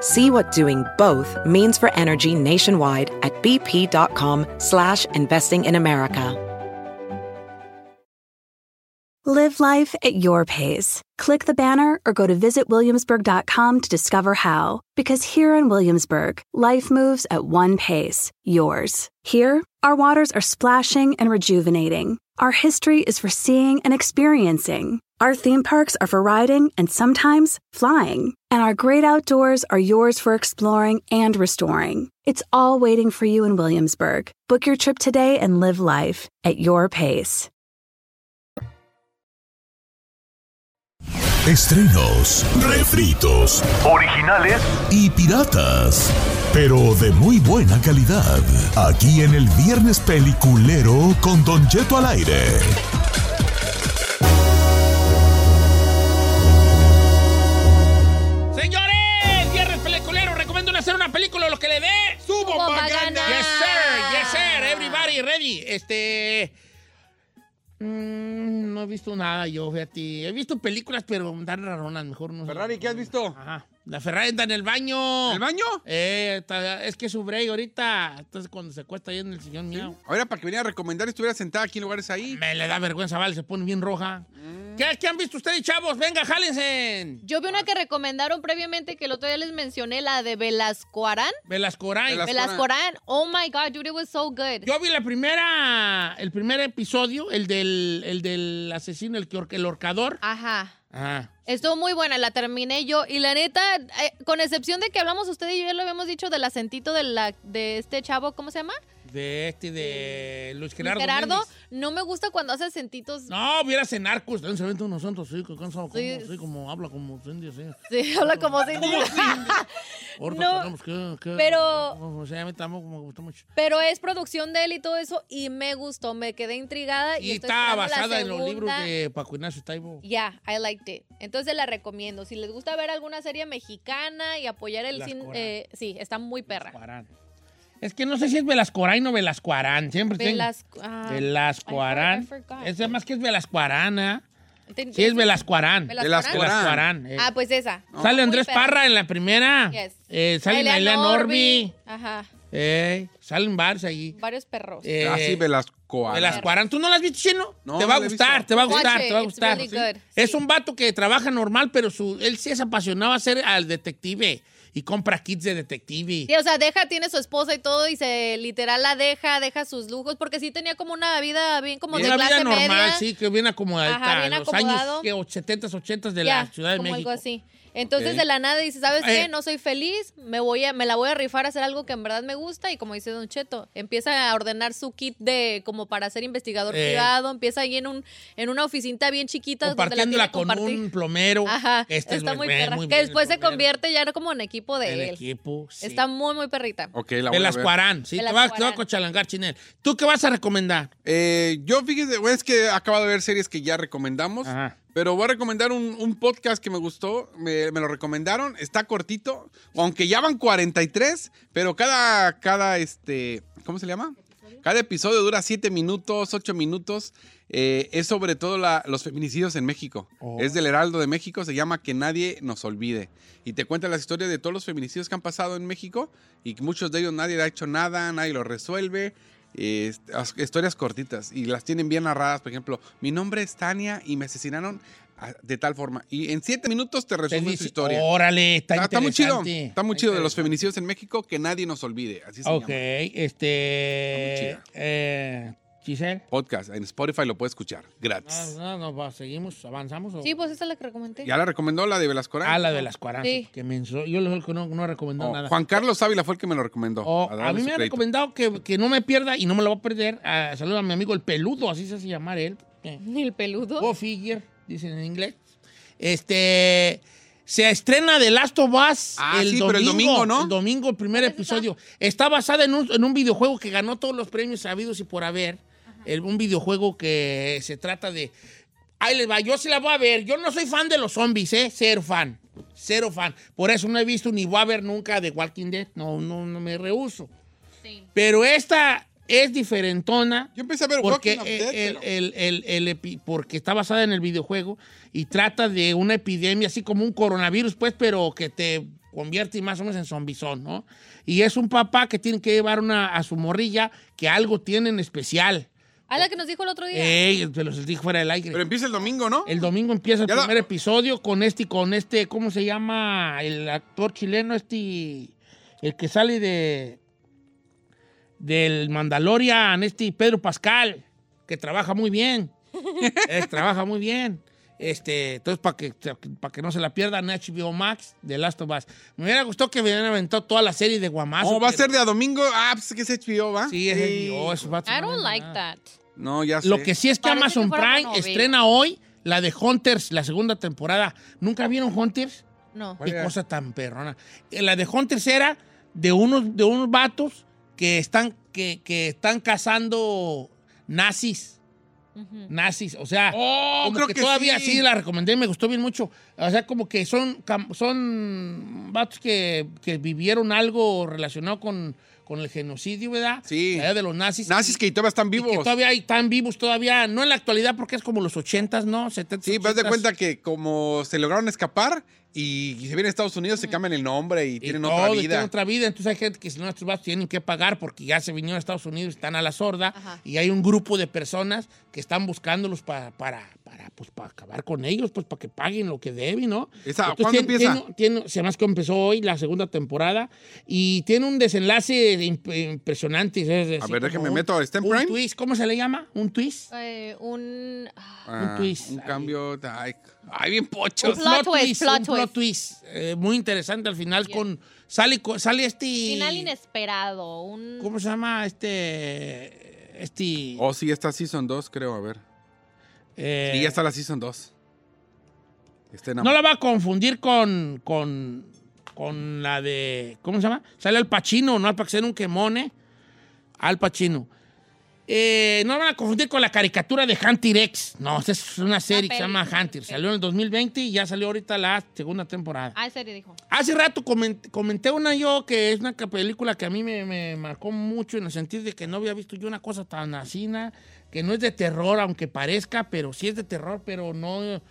I: See what doing both means for energy nationwide at bp.com slash investing in America.
K: Live life at your pace. Click the banner or go to visitwilliamsburg.com to discover how. Because here in Williamsburg, life moves at one pace, yours. Here, our waters are splashing and rejuvenating. Our history is for seeing and experiencing. Our theme parks are for riding and sometimes flying. And our great outdoors are yours for exploring and restoring. It's all waiting for you in Williamsburg. Book your trip today and live life at your pace.
F: Estrenos, refritos
L: Originales.
F: y piratas, pero de muy buena calidad. Aquí en el Viernes Peliculero con Don Cheto al aire.
A: Señores, viernes peliculero, recomiendo hacer una película lo que le dé.
C: ¡Subo
A: para Yes, sir, yes, sir, everybody ready. Este. mm, no he visto nada yo, fíjate. He visto películas, pero dan raronas, mejor no. Ferrari,
C: ¿qué has visto?
A: Ajá. La Ferrari anda en el baño. ¿El baño? Eh, está- es que su break ahorita. Entonces, cuando se cuesta ahí en el sillón mío.
C: Ahora, para que viniera a recomendar, estuviera sentada aquí en lugares ahí.
A: Me le da vergüenza, vale, se pone bien roja. ¿Qué, qué han visto ustedes, chavos? Venga, jálense.
B: Yo vi una que recomendaron previamente que el otro día les mencioné, la de Velascoarán.
A: Velascoray.
B: Velascoarán. Oh my God, dude, it was so good.
A: Yo vi la primera, el primer episodio, el del, el del asesino, el, que ahorca- el horcador.
B: Ajá.
A: Ajá.
B: Estuvo muy buena, la terminé yo. Y la neta, eh, con excepción de que hablamos usted y yo, ya lo habíamos dicho del acentito de, la, de este chavo, ¿cómo se llama?
A: De este, de Luis
B: Gerardo.
A: Gerardo. Méndez.
B: no me gusta cuando hace acentitos.
A: No, vieras en Arcos. También se aventó unos santos, sí, que cansa, como,
B: Sí.
A: sí, como habla como indio, sí.
B: Sí, habla como si.
A: Ahorita
B: No,
A: tenemos que- que-
B: pero-
A: O sea, a mí tampoco me gustó mucho.
B: Pero es producción de él y todo eso, y me gustó, me quedé intrigada. Y,
A: Y
B: estoy
A: está
B: esperando la
A: basada en los libros
B: segunda.
A: de Paco Ignacio Taibo.
B: Ya, I liked it. Entonces la recomiendo. Si les gusta ver alguna serie mexicana y apoyar el
A: Las
B: cine,
A: Corán.
B: eh, sí, está muy perra.
A: Cuarán. Es que no sé si es Velascoain o Velascoarán. Siempre tengo-
B: Velasco- ah, I
A: Velascoarán.
B: forgot.
A: Es más que es Velascoarana.
B: Ten-
A: Sí, es Velascoarán.
B: ¿Velascoarán?
A: Velascoarán, eh.
B: Ah, pues esa.
A: Sale
B: Muy
A: Andrés
B: perra.
A: Parra en la primera.
B: Yes.
A: Eh, sale Naila
B: Elian
A: Norby.
B: Ajá,
A: Eh, salen varios allí.
B: varios perros.
A: Eh,
C: Ah, sí, Velascoarán.
A: Velascoarán. ¿Tú no las has visto, Chino?
C: No,
A: te va a
C: no la he
A: gustar,
C: visto.
A: te va a
B: Watch
A: gustar,
B: it,
A: te va a
B: it's
A: gustar.
B: really good,
A: Es un vato que trabaja normal, pero su, él sí es apasionado a ser al detective y compra kits de detective.
B: Sí, o sea, deja, tiene su esposa y todo, y se literal la deja, deja sus lujos, porque sí tenía como una vida bien como
A: Tiene
B: de
A: una
B: clase
A: vida normal,
B: media.
A: sí, que bien acomodadita.
B: Ajá, bien
A: en los
B: acomodado.
A: años que, och- 70s, 80s de
B: Ya,
A: la Ciudad de
B: como
A: México.
B: algo así. Entonces
A: Ok.
B: de la nada dice, ¿sabes qué?
A: Eh.
B: No soy feliz, me voy a, me la voy a rifar a hacer algo que en verdad me gusta y como dice Don Cheto, empieza a ordenar su kit de como para ser investigador
A: Eh.
B: privado, empieza ahí en un en una oficinita bien chiquita donde la tiene
A: Compartiéndola con
B: compartir.
A: un plomero.
B: Ajá,
A: Este
B: está
A: es
B: muy
A: bien,
B: perra.
A: muy
B: que
A: bien el
B: después se
A: plomero.
B: convierte ya como en equipo de
A: El
B: él.
A: equipo, sí.
B: Está muy muy perrita.
C: Ok, la voy a ver.
A: Velascoarán, sí, te va, te va a
B: Velascoarán.
A: cochalangar, Chinel. ¿Tú qué vas a recomendar?
C: Eh, yo fíjese, güey, es que acabo de ver series que ya recomendamos, pero voy a recomendar un, un podcast que me gustó, me, me lo recomendaron, está cortito, aunque ya van 43, pero cada, cada, este, ¿cómo se le llama? Cada episodio dura 7 minutos, 8 minutos. eh, es sobre todo la- los feminicidios en México. Es del Heraldo de México, se llama Que Nadie Nos Olvide. Y te cuenta las historias de todos los feminicidios que han pasado en México y que muchos de ellos nadie le ha hecho nada, nadie lo resuelve. Eh, est- as- historias cortitas y las tienen bien narradas. Por ejemplo, mi nombre es Tania y me asesinaron a- de tal forma. Y en siete minutos te resumen su
A: dice,
C: historia.
A: órale, está
C: muy chido.
A: interesante.
C: Está muy chido de los feminicidios en México que nadie nos olvide. Así se
A: ok,
C: llama.
A: este. Eh, Giselle.
C: Podcast en Spotify lo puedes escuchar gratis.
A: No, no, no, va, seguimos, avanzamos. o-
B: Sí, pues esa es la que recomendé.
C: ¿Ya la recomendó la de Velascorán?
A: Ah, la de las 40.
B: Sí.
A: Que me enso- yo lo- no, no he recomendado
C: Oh,
A: nada.
C: Juan Carlos Ávila fue el que me lo recomendó.
A: Oh,
C: darle
A: a mí
C: su
A: me han
C: crédito.
A: recomendado que, que no me pierda y no me lo voy a perder. Ah, saluda a mi amigo el peludo, así se hace llamar él. Eh,
B: El peludo.
A: Go figure, dicen en inglés. Este. Se estrena The Last of Us
C: Ah, sí, pero el domingo, ¿no?
A: El domingo, el primer episodio. Está basada en un, en un videojuego que ganó todos los premios sabidos y por haber. El- un videojuego que se trata de. Ahí les va, yo sí la voy a ver. Yo no soy fan de los zombies, ¿eh? Cero fan. Cero fan. Por eso no he visto ni voy a ver nunca de Walking Dead. No, no, no me rehuso. Pero esta es diferentona.
C: Yo empecé a ver
A: porque,
C: Walking Dead,
A: el-
C: pero-
A: el- el- el epi- porque está basada en el videojuego y trata de una epidemia, así como un coronavirus, pues, pero que te convierte más o menos en zombizón, ¿no? Y es un papá que tiene que llevar una, a su morrilla que algo tiene en especial.
B: Ah, la que nos dijo el otro día.
A: Ey, te los dije fuera del aire.
C: Pero empieza el domingo, ¿no?
A: El domingo empieza el
C: Ya la-
A: primer episodio con este, con este, ¿cómo se llama? El actor chileno, este, el que sale de del Mandalorian, este Pedro Pascal, que trabaja muy bien. Eh, trabaja muy bien. Este, entonces, para que, para que no se la pierdan, HBO Max de Last of Us. Me hubiera gustado que me hubieran aventado toda la serie de Guamazo.
C: Oh, va a
A: pero-
C: ser de a domingo. Ah, pues es que es HBO, ¿va?
A: Sí, es HBO, esos vatos
B: I
A: no
B: don't
A: venden
B: like
A: nada.
B: that.
C: No, ya sé.
A: Lo que sí es que
B: Parece
A: Amazon
B: que fuera
A: Prime
B: una novela.
A: estrena hoy la de Hunters, la segunda temporada. ¿Nunca vieron Hunters?
B: No.
A: Qué
C: era?
A: cosa tan perrona. Eh, La de Hunters era de unos, de unos vatos que están, que, que están cazando nazis.
B: Ujú.
A: Nazis, o sea,
C: Oh,
A: como
C: creo
A: que,
C: que
A: todavía
C: sí.
A: sí. la recomendé, me gustó bien mucho. O sea, como que son, cam- son vatos que, que vivieron algo relacionado con, con el genocidio, ¿verdad?
C: Sí.
A: La idea de los nazis.
C: Nazis que todavía están
A: Y
C: vivos.
A: que todavía hay- están vivos, todavía, no en la actualidad porque es como los 80s, ¿no? 70s.
C: Sí, pero haz de
A: 80s.
C: cuenta que como se lograron escapar y se vienen a Estados Unidos, se cambian el nombre y,
A: Y
C: tienen
A: todo,
C: otra
A: y tienen
C: vida.
A: otra vida. Entonces hay gente que si no, estos vatos tienen que pagar porque ya se vinieron a Estados Unidos, están a la sorda
B: Ajá.
A: y hay un grupo de personas que están buscándolos para, para, para para, pues, para acabar con ellos, pues para que paguen lo que deben, ¿no?
C: Esa,
A: Entonces,
C: ¿cuándo
A: tiene-
C: empieza?
A: tiene- tiene- se más que empezó hoy la segunda temporada y tiene un desenlace imp- impresionante. es decir,
C: A ver,
A: como
C: déjeme
A: un-
C: meto. ¿Está en
A: un
C: Prime?
A: twist, ¿cómo se le llama? ¿Un twist?
B: Eh, un
C: Ah,
A: twist.
C: Un cambio. Ay, ay, bien pocho.
A: Un plot, twist, un plot twist, eh, muy interesante al final con sale co- sale este
B: final inesperado. Un,
A: ¿Cómo se llama este este
C: Oh, sí, está Season 2, creo, a ver.
A: Eh,
C: sí, ya está la Season 2. Este
A: No la va a confundir con, con, con la de. ¿Cómo se llama? Sale Al Pacino, ¿no? Para que sea un quemone. Al Pacino. Eh, no la van a confundir con la caricatura de Hunter X. No, esa es una serie que se llama Hunter. Salió en el 2020 y ya salió ahorita la segunda temporada.
B: Ah, en serio, dijo.
A: Hace rato coment- comenté una yo que es una ca- película que a mí me, me marcó mucho en el sentido de que no había visto yo una cosa tan asina, que no es de terror, aunque parezca, pero sí es de terror, pero no...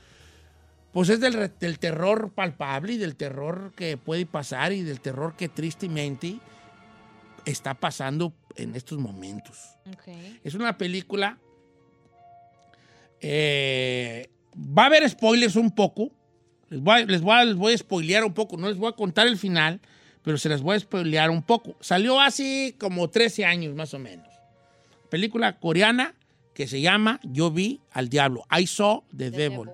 A: Pues es del, re- del terror palpable y del terror que puede pasar y del terror que tristemente está pasando en estos momentos. Es una película... eh, va a haber spoilers un poco. Les voy, a- les, voy a, les voy a spoilear un poco. No les voy a contar el final, pero se las voy a spoilear un poco. Salió hace como 13 años más o menos. Película coreana que se llama Yo vi al diablo. I saw the, devil.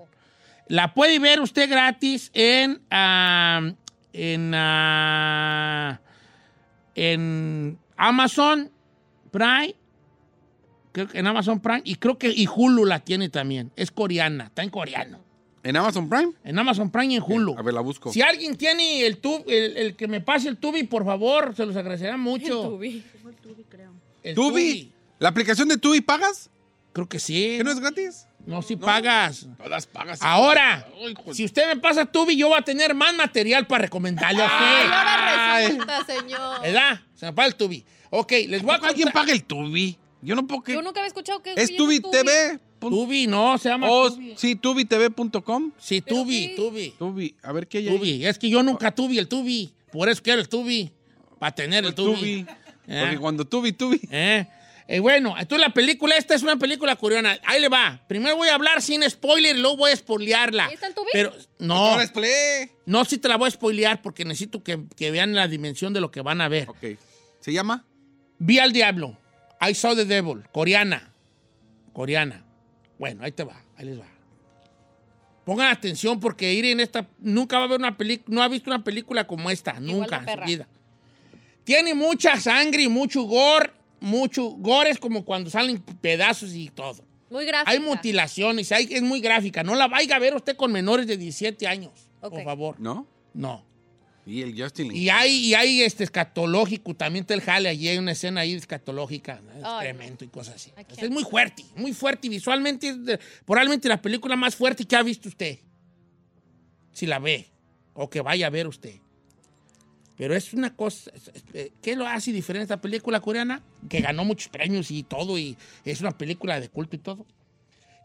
A: La puede ver usted gratis en... ah, en... ah, en Amazon Prime. Creo que en Amazon Prime. Y creo que y Hulu la tiene también. Es coreana. Está en coreano.
C: ¿En Amazon Prime?
A: En Amazon Prime y en Hulu.
C: A ver, la busco.
A: Si alguien tiene el tubi, el, el que me pase el tubi, por favor, se los agradecerá mucho. El tubi.
C: ¿Tubi? ¿La aplicación de Tubi pagas?
A: Creo que sí.
C: ¿Que no es gratis?
A: No, si pagas.
C: Todas pagas.
A: Ahora,
C: Ay, hijo de-
A: si usted me pasa tubi, yo voy a tener más material para recomendarle a usted.
B: Ahora resulta, señor.
A: ¿Verdad? Se me paga el tubi. Ok, les voy a contar. ¿Alguien paga
C: el tubi? Yo no puedo
B: Yo nunca había escuchado que.
C: Es Tubi TV.
A: Tubi, no, se llama
C: oh, Sí, tubitv.com.
A: Sí, Tubi, Tubi.
C: Tubi, a ver qué hay ahí?
A: Tubi. Es que yo nunca tuve el tubi. Por eso quiero el tubi. Para tener el tubi. Eh.
C: Porque cuando tubi, tubi.
A: bueno, entonces la película esta es una película coreana. Ahí le va. Primero voy a hablar sin spoiler y luego voy a spoilearla.
B: ¿Está el tubi?
A: Pero no. No, sí te la voy a spoilear porque necesito que, que vean la dimensión de lo que van a ver.
C: Ok. ¿Se llama?
A: Vi al diablo. I saw the devil. Coreana. Coreana. Bueno, ahí te va. Ahí les va. Pongan atención porque ir en esta. Nunca va a haber una película. No ha visto una película como esta. nunca
B: de
A: en
B: perra.
A: su vida. Tiene mucha sangre y mucho gore. Mucho gore es como cuando salen pedazos y todo.
B: Muy gráfica.
A: Hay mutilaciones, hay- es muy gráfica. No la vaya a ver usted con menores de 17 años,
B: Ok.
A: por favor.
C: ¿No?
A: No.
C: Y el Justin Lin.
A: Y hay, y hay este escatológico, también te el jale, allí hay una escena ahí escatológica, ¿no?
B: Ay,
A: excremento y cosas así.
B: can't.
A: Es muy fuerte, muy fuerte y visualmente es de- probablemente la película más fuerte que ha visto usted. Si la ve o que vaya a ver usted. Pero es una cosa, es- es- eh, ¿qué lo hace diferente esta película coreana? Que ganó muchos premios y todo y es una película de culto y todo.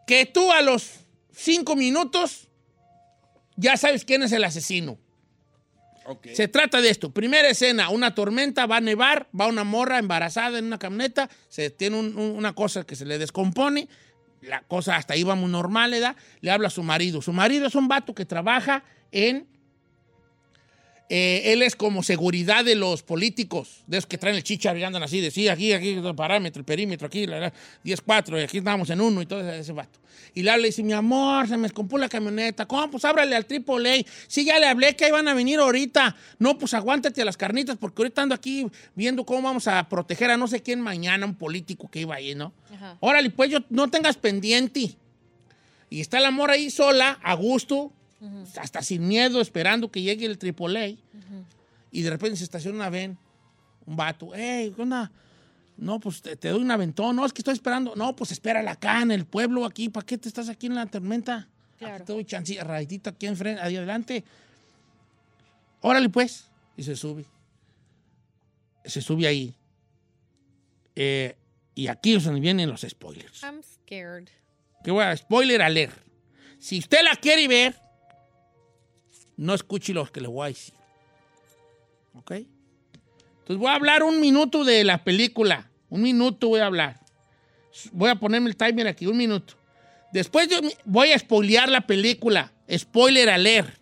A: Que tú a los cinco minutos ya sabes quién es el asesino. Se trata de esto. Primera escena, una tormenta, va a nevar, va una morra embarazada en una camioneta, se tiene un- un- una cosa que se le descompone, la cosa hasta ahí va muy normal, ¿verdad? Le habla a su marido. Su marido es un vato que trabaja en... eh, él es como seguridad de los políticos, de esos que traen el chichar y andan así, de sí, aquí, aquí, el parámetro, el perímetro, aquí, la, la, 10-4, y aquí estamos en uno y todo ese, ese vato. Y le habla y dice, mi amor, se me descompó la camioneta. ¿Cómo? Pues ábrale al triple A. Sí, ya le hablé que ahí van a venir ahorita. No, pues aguántate a las carnitas porque ahorita ando aquí viendo cómo vamos a proteger a no sé quién mañana, un político que iba ahí, ¿no?
B: Ajá.
A: Órale, pues yo no tengas pendiente. Y está la morra ahí sola, a gusto,
B: Ujú.
A: hasta sin miedo, esperando que llegue el triple A. Y de repente se estaciona una ven, un vato. ¡Ey, qué onda? No, pues te, te doy un aventón. No, es que estoy esperando. No, pues espérala acá en el pueblo, aquí. ¿Para qué te estás aquí en la tormenta? Aquí te doy chancita, rayito aquí enfrente, ahí adelante. Órale, pues. Y se sube. Se sube ahí. Eh, y aquí es donde vienen los spoilers.
B: I'm scared.
A: Que bueno, spoiler a leer. Si usted la quiere ver, no escuche los que le voy a decir. ¿Ok? Entonces voy a hablar un minuto de la película. Un minuto voy a hablar. Voy a ponerme el timer aquí, un minuto. Después yo me- voy a spoilear la película. Spoiler a leer.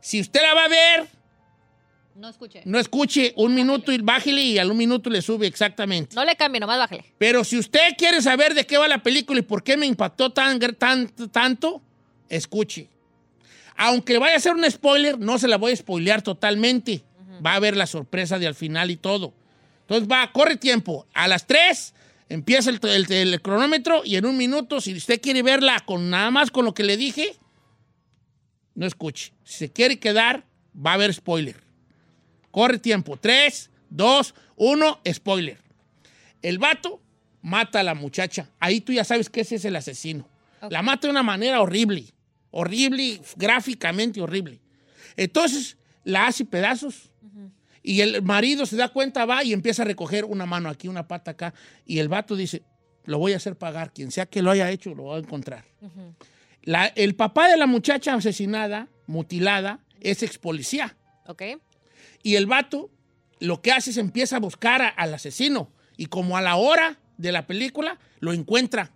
A: Si usted la va a ver,
B: No escuché.
A: no escuche un minuto y bájele y al un minuto le sube exactamente.
B: No le cambie, nomás bájale.
A: Pero si usted quiere saber de qué va la película y por qué me impactó tan, gr- tan- tanto, escuche. Aunque vaya a ser un spoiler, no se la voy a spoilear totalmente. Va a haber la sorpresa de al final y todo. Entonces va, corre tiempo. A las 3 empieza el, el- el cronómetro y en un minuto, si usted quiere verla con nada más con lo que le dije, no escuche. Si se quiere quedar, va a haber spoiler. Corre tiempo. 3, 2, 1, spoiler. El vato mata a la muchacha. Ahí tú ya sabes que ese es el asesino. La mata de una manera horrible. Horrible, gráficamente horrible. Entonces la hace pedazos. Y el marido se da cuenta, va y empieza a recoger una mano aquí, una pata acá. Y el vato dice, lo voy a hacer pagar. Quien sea que lo haya hecho, lo va a encontrar. La- el papá de la muchacha asesinada, mutilada, es ex policía.
B: ¿Ok?
A: Y el vato lo que hace es empieza a buscar a- al asesino. Y como a la hora de la película, lo encuentra.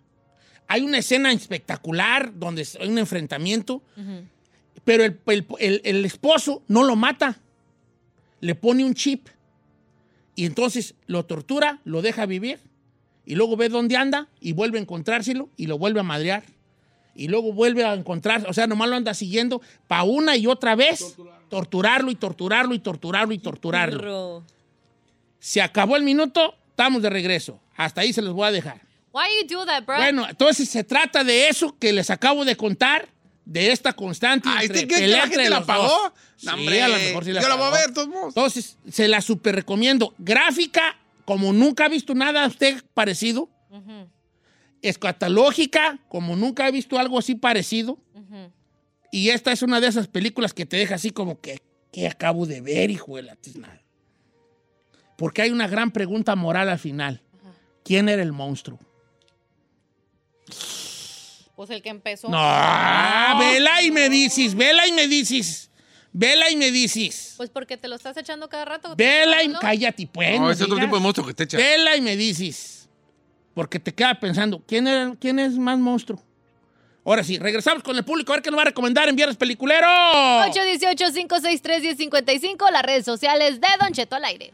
A: Hay una escena espectacular donde hay un enfrentamiento, pero el, el- el- el esposo no lo mata. Le pone un chip. Y entonces lo tortura, lo deja vivir. Y luego ve dónde anda y vuelve a encontrárselo y lo vuelve a madrear. Y luego vuelve a encontrar, o sea, nomás lo anda siguiendo para una y otra vez torturarlo y torturarlo y torturarlo y torturarlo. Se acabó el minuto, estamos de regreso. Hasta ahí se los voy a dejar.
B: Why you do that, bro?
A: Bueno, entonces se trata de eso que les acabo de contar, de esta constante.
C: Ah,
A: entre
C: ¿este qué? ¿Que
A: pelea
C: la
A: entre
C: gente la
A: los
C: pagó?
A: dos.
C: No,
A: Sí,
C: hombre,
A: a lo mejor sí la
C: yo la voy a
A: pagó.
C: ver, de todos modos.
A: Entonces, se la super recomiendo. Gráfica, como nunca ha visto nada a usted parecido. Escatológica, como nunca ha visto algo así parecido. Y esta es una de esas películas que te deja así como que, ¿qué acabo de ver, hijo de la tiznada? Porque hay una gran pregunta moral al final. ¿Quién era el monstruo?
B: Pues el que empezó. Ah.
A: No, vela y me dices, vela y me dices, vela y me dices.
B: Pues porque te lo estás echando cada rato.
A: Vela y
B: ¿no?
A: cállate, pues.
C: No, es otro tipo de monstruo
A: que te echa. Vela y me dices. Porque te queda pensando, ¿quién, era- quién es más monstruo? Ahora sí, regresamos con el público a ver qué nos va a recomendar en Viernes Peliculero.
B: 818-563-1055, las redes sociales de Don Cheto al aire.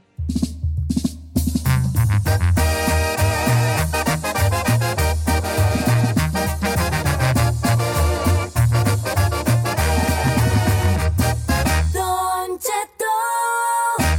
M: Don Cheto.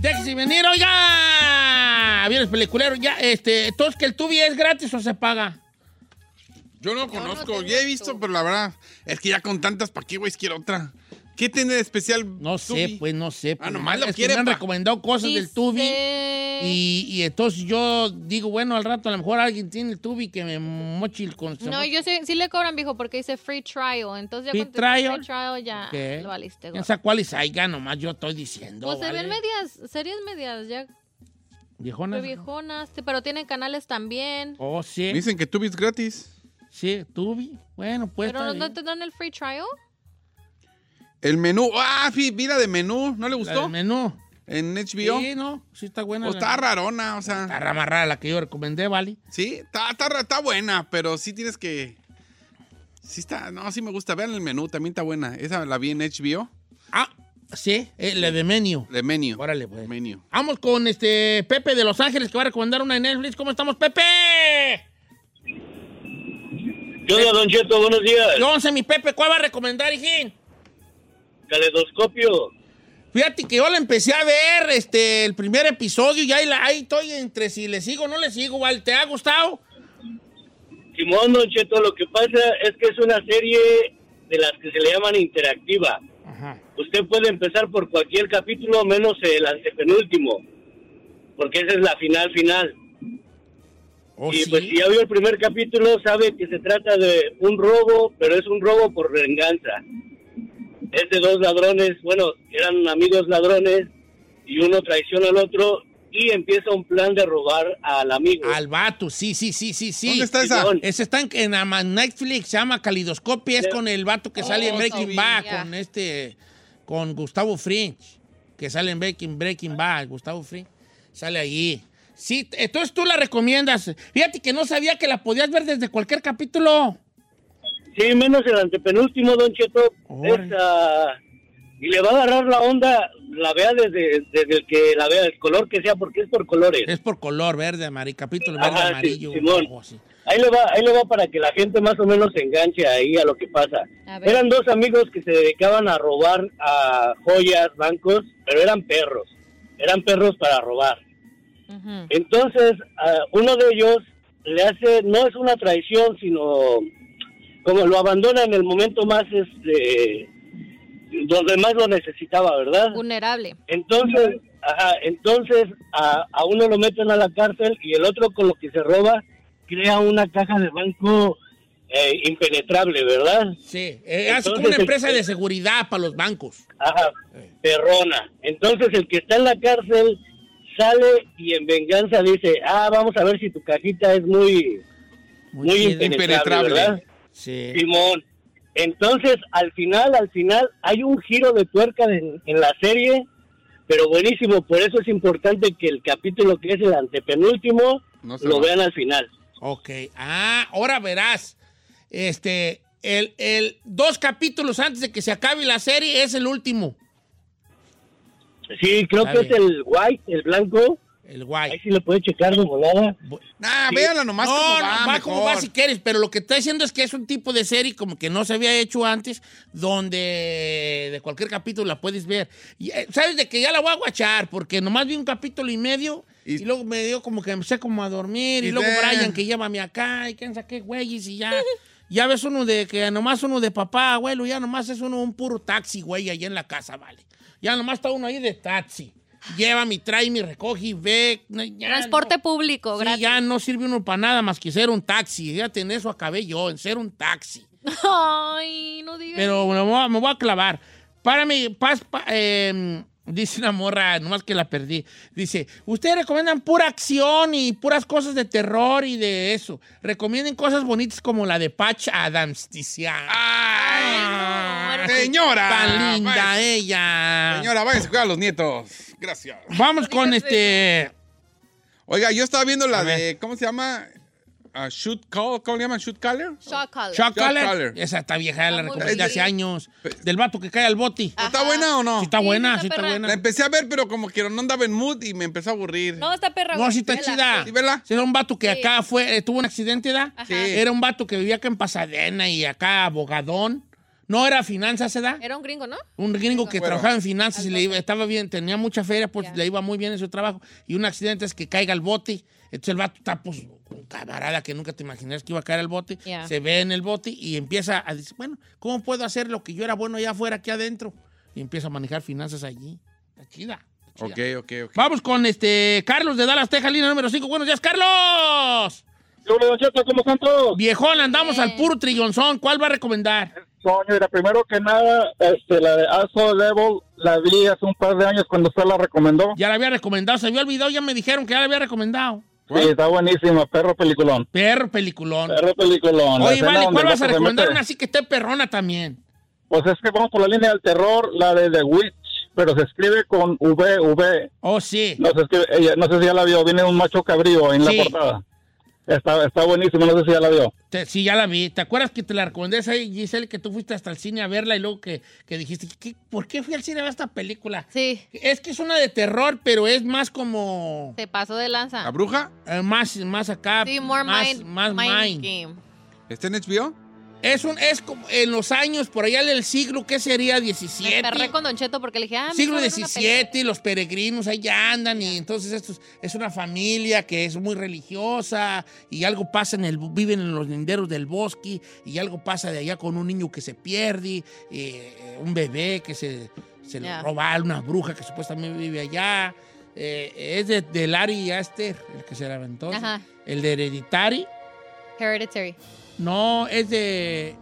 A: Déjese venir, oiga. Viernes Peliculero, ya, este, entonces que el tubi es gratis o se paga.
C: Yo no conozco, ya he visto, pero la verdad, es que ya con tantas, ¿para qué, güey? Quiero otra. ¿Qué tiene de especial?
A: No sé, pues, no sé.
C: Ah, nomás lo
A: Es que
C: quiere.
A: me han
C: pa-
A: recomendado cosas del tubi. Y, y entonces yo digo, bueno, al rato a lo mejor alguien tiene el tubi que me mochil con
B: No, yo sí, sí le cobran, viejo, porque dice free trial. Entonces ya
A: Free
B: cuando te dice
A: trial.
B: free trial ya
A: ¿Qué?
B: Ah, lo valiste. gordo.
A: Piensa cuáles hay, ya nomás yo estoy diciendo.
B: Pues se
A: ¿vale?
B: ven medias, series medias ya
A: Viejonas.
B: viejonas, sí, pero tienen canales también.
A: Oh, sí.
C: Dicen que tubi es gratis.
A: Sí, tubi. Bueno, pues.
B: pero no te dan el free trial.
C: El menú. Ah, sí, mira de menú. ¿No le gustó?
A: del menú.
C: En HBO.
A: Sí, no. Sí, está buena.
C: O
A: la-
C: Pues está rarona, o sea.
A: Está rama rara la que yo recomendé, ¿vale?
C: Sí, está, está, ra- está buena, pero sí tienes que. Sí está. No, sí me gusta. Vean el menú, también está buena. Esa la vi en HBO.
A: Ah, sí, eh, la de menú.
C: De menú.
A: Órale, pues.
C: Menú.
A: Vamos con este Pepe de Los Ángeles que va a recomendar una en Netflix. ¿Cómo estamos, Pepe?
L: ¿Qué onda, Don Cheto? Buenos días.
A: Yo sé, mi Pepe, ¿cuál va a recomendar, hijín?
L: Caledoscopio.
A: Fíjate que yo la empecé a ver, este, el primer episodio, y ahí, la, ahí estoy entre si le sigo o no le sigo, ¿vale? ¿Te ha gustado?
L: Simón, Don Cheto, lo que pasa es que es una serie de las que se le llaman interactiva. Usted puede empezar por cualquier capítulo menos el antepenúltimo, porque esa es la final final. y pues si ya vio el primer capítulo, sabe que se trata de un robo, pero es un robo por venganza. Es de dos ladrones, bueno, eran amigos ladrones, y uno traiciona al otro y empieza un plan de robar al amigo.
A: Al vato, sí, sí, sí, sí, sí.
L: ¿Dónde está esa?
A: Esa está en, en ama- Netflix, se llama Calidoscopia, es con el vato que sale en
L: Oh,
A: Breaking
L: sí,
A: Bad,
L: ya.
A: con este, con Gustavo Fringe, que sale en Breaking, Breaking Bad, Gustavo Fringe, sale allí. Sí, entonces tú la recomiendas. Fíjate que no sabía que la podías ver desde cualquier capítulo.
L: Sí, menos el antepenúltimo, Don Cheto. Es, ah, y le va a agarrar la onda, la vea desde, desde el que la vea, el color que sea, porque es por colores.
A: Es por color, verde, amarillo, capítulo
L: Ajá,
A: verde,
L: sí,
A: amarillo.
L: Simón.
A: rojo, así.
L: Ahí le, va, ahí le va para que la gente más o menos se enganche ahí a lo que pasa.
A: A ver.
L: Eran dos amigos que se dedicaban a robar a joyas, bancos, pero eran perros. Eran perros para robar. Entonces, ah, uno de ellos le hace, no es una traición, sino como lo abandona en el momento más, este, donde más lo necesitaba, ¿verdad?
B: Vulnerable.
L: Entonces, ajá, entonces a, a uno lo meten a la cárcel y el otro con lo que se roba crea una caja de banco eh, impenetrable, ¿verdad?
A: Sí, Eh, hace como
L: Entonces,
A: una
L: el-
A: empresa de seguridad para los bancos.
L: Ajá, perrona. Entonces el que está en la cárcel sale y en venganza dice, ah, vamos a ver si tu cajita es muy, muy, impenetrable,
C: impenetrable.
L: ¿verdad?
A: Sí.
L: Simón. Entonces, al final, al final, hay un giro de tuerca en, en la serie, pero buenísimo. Por eso es importante que el capítulo que es el antepenúltimo
A: No se
L: lo
A: va.
L: vean al final.
A: Ok. Ah, ahora verás. Este, el, el- dos capítulos antes de que se acabe la serie es el último.
L: Sí, creo
A: Está
L: que es
A: bien.
L: el white, el blanco.
A: El white.
L: Ahí sí lo puedes checar de volada.
A: Ah,
C: véanla nomás
A: no,
C: cómo va,
A: no, va como
C: mejor.
A: va si quieres, pero lo que está diciendo es que es un tipo de serie como que no se había hecho antes, donde de cualquier capítulo la puedes ver. Y, eh, Sabes de que ya la voy a guachar, porque nomás vi un capítulo y medio y, luego me dio como que empecé como a dormir y,
C: Y
A: luego
C: ven.
A: Brian que llévame acá y quién saqué güeyes y ya. Ya ves uno de que nomás uno de papá, abuelo, ya nomás es uno un puro taxi, güey, ahí en la casa, vale. Ya nomás está uno ahí de taxi. Lleva mi trae, mi recoge y ve. no, ya
B: Transporte público,
A: Sí,
B: gracias.
A: ya no sirve uno para nada más que ser un taxi. Fíjate, en eso acabé yo, en ser un taxi.
B: Ay, no digas.
A: Pero me voy a, me voy a clavar. Para mí, paz, pa- eh, dice una morra, nomás que la perdí. Dice, ustedes recomiendan pura acción y puras cosas de terror y de eso. Recomienden cosas bonitas como la de Patch Adams, dice. ¡Ay!
C: señora,
A: Tan linda
C: váyase.
A: ella.
C: Señora, váyase a cuidar a los nietos. Gracias.
A: Vamos con este.
C: Oiga, yo estaba viendo la de. ¿Cómo se llama? Ah, shoot Call. ¿Cómo le llaman? Shoot Caller.
B: Shock collar.
A: Chuck Collar. Esa está vieja, ya la recomendé
C: bonita.
A: hace años. Del vato que cae al boti.
C: ¿Está buena o no?
A: Sí, está buena, sí, está buena.
C: La empecé a ver, pero como que no andaba en mood y me empezó a aburrir.
B: No, está perra.
A: No,
B: güey.
A: sí está
B: Vela.
A: chida.
B: Sí.
A: Sí, Era un vato que acá fue, eh, tuvo un accidente, ¿da?
B: Ajá. Sí.
A: Era un vato que vivía acá en Pasadena y acá abogadón. No era finanzas, ¿se da?
B: Era un gringo, ¿no?
A: Un gringo que
B: Bueno.
A: trabajaba en finanzas y le iba, estaba bien, tenía mucha feria, pues le iba muy bien en su trabajo. Y un accidente es que caiga al bote. Entonces el vato está, pues, un camarada que nunca te imaginas que iba a caer al bote.
B: Ya.
A: Se ve en el bote y empieza a decir, bueno, ¿cómo puedo hacer lo que yo era bueno allá afuera, aquí adentro? Y empieza a manejar finanzas allí. Está chida.
C: Ok, ok, ok.
A: Vamos con este Carlos de Dallas, Texas, línea número 5. Buenos días, Carlos.
N: ¿Cómo están todos?
A: Viejón, andamos al puro trillonzón. ¿Cuál va a recomendar?
N: Toño, mira, primero que nada, este, la de Aso Level la vi hace un par de años cuando usted la recomendó.
A: Ya la había recomendado, se había olvidado, ya me dijeron que ya la había recomendado.
N: Sí, está buenísima, perro peliculón.
A: Perro peliculón.
N: Perro peliculón. La
A: Oye,
N: escena
A: vale,
N: donde
A: ¿cuál
N: el
A: vas a
N: vato se
A: recomendar?
N: mete-
A: Una así que esté perrona también.
N: Pues es que vamos por la línea del terror, la de The Witch, pero se escribe con V, V.
A: Oh, sí.
N: No, se escribe- ella- no sé si ya la vio, viene un macho cabrío en
A: Sí.
N: la portada. Está, está buenísimo, no sé si ya la vio.
A: Te- sí, ya la vi. ¿Te acuerdas que te la recomendé esa, Giselle, que tú fuiste hasta el cine a verla y luego que, que dijiste, "¿Qué- ¿por qué fui al cine a ver esta película?
B: Sí.
A: Es que es una de terror, pero es más como...
B: Te pasó de lanza.
A: bruja? más, más acá.
B: Sí, more
A: más,
B: mind,
A: más
B: mind
A: mind.
B: game.
C: ¿Está en HBO?
A: Es, un, es como en los años, por allá del siglo, ¿qué sería?
B: Me
A: 17.
B: perré con Don Cheto porque le dije, ah, me
A: siglo
B: hizo ver una película.
A: XVII, los peregrinos allá andan y entonces esto es, es una familia que es muy religiosa y algo pasa en el, viven en los linderos del bosque y algo pasa de allá con un niño que se pierde, eh, un bebé que se, se
B: Ya.
A: lo roba a una bruja que supuestamente vive allá. Eh, es de, de Larry Aster, el que se la aventó.
B: Ajá.
A: El de Hereditary.
B: Hereditary.
A: No, es de...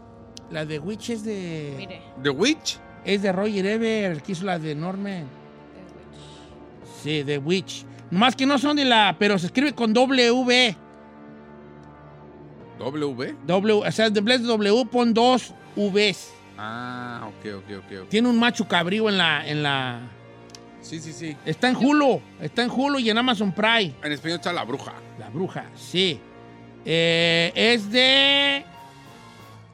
A: La de Witch es de...
B: Mire.
C: ¿The Witch?
A: Es de Roger Ebert, el que hizo la de Norman. Sí, The Witch. Más que no son de la... Pero se escribe con W.
C: ¿W?
A: W o sea, de vez de W pon dos Vs.
C: Ah, ok, ok, ok. ok.
A: Tiene un macho cabrío en la... En la
C: Sí, sí, sí.
A: está en Hulu. Está en Hulu y en Amazon Prime.
C: En español está la bruja.
A: La bruja, sí. Eh, es de...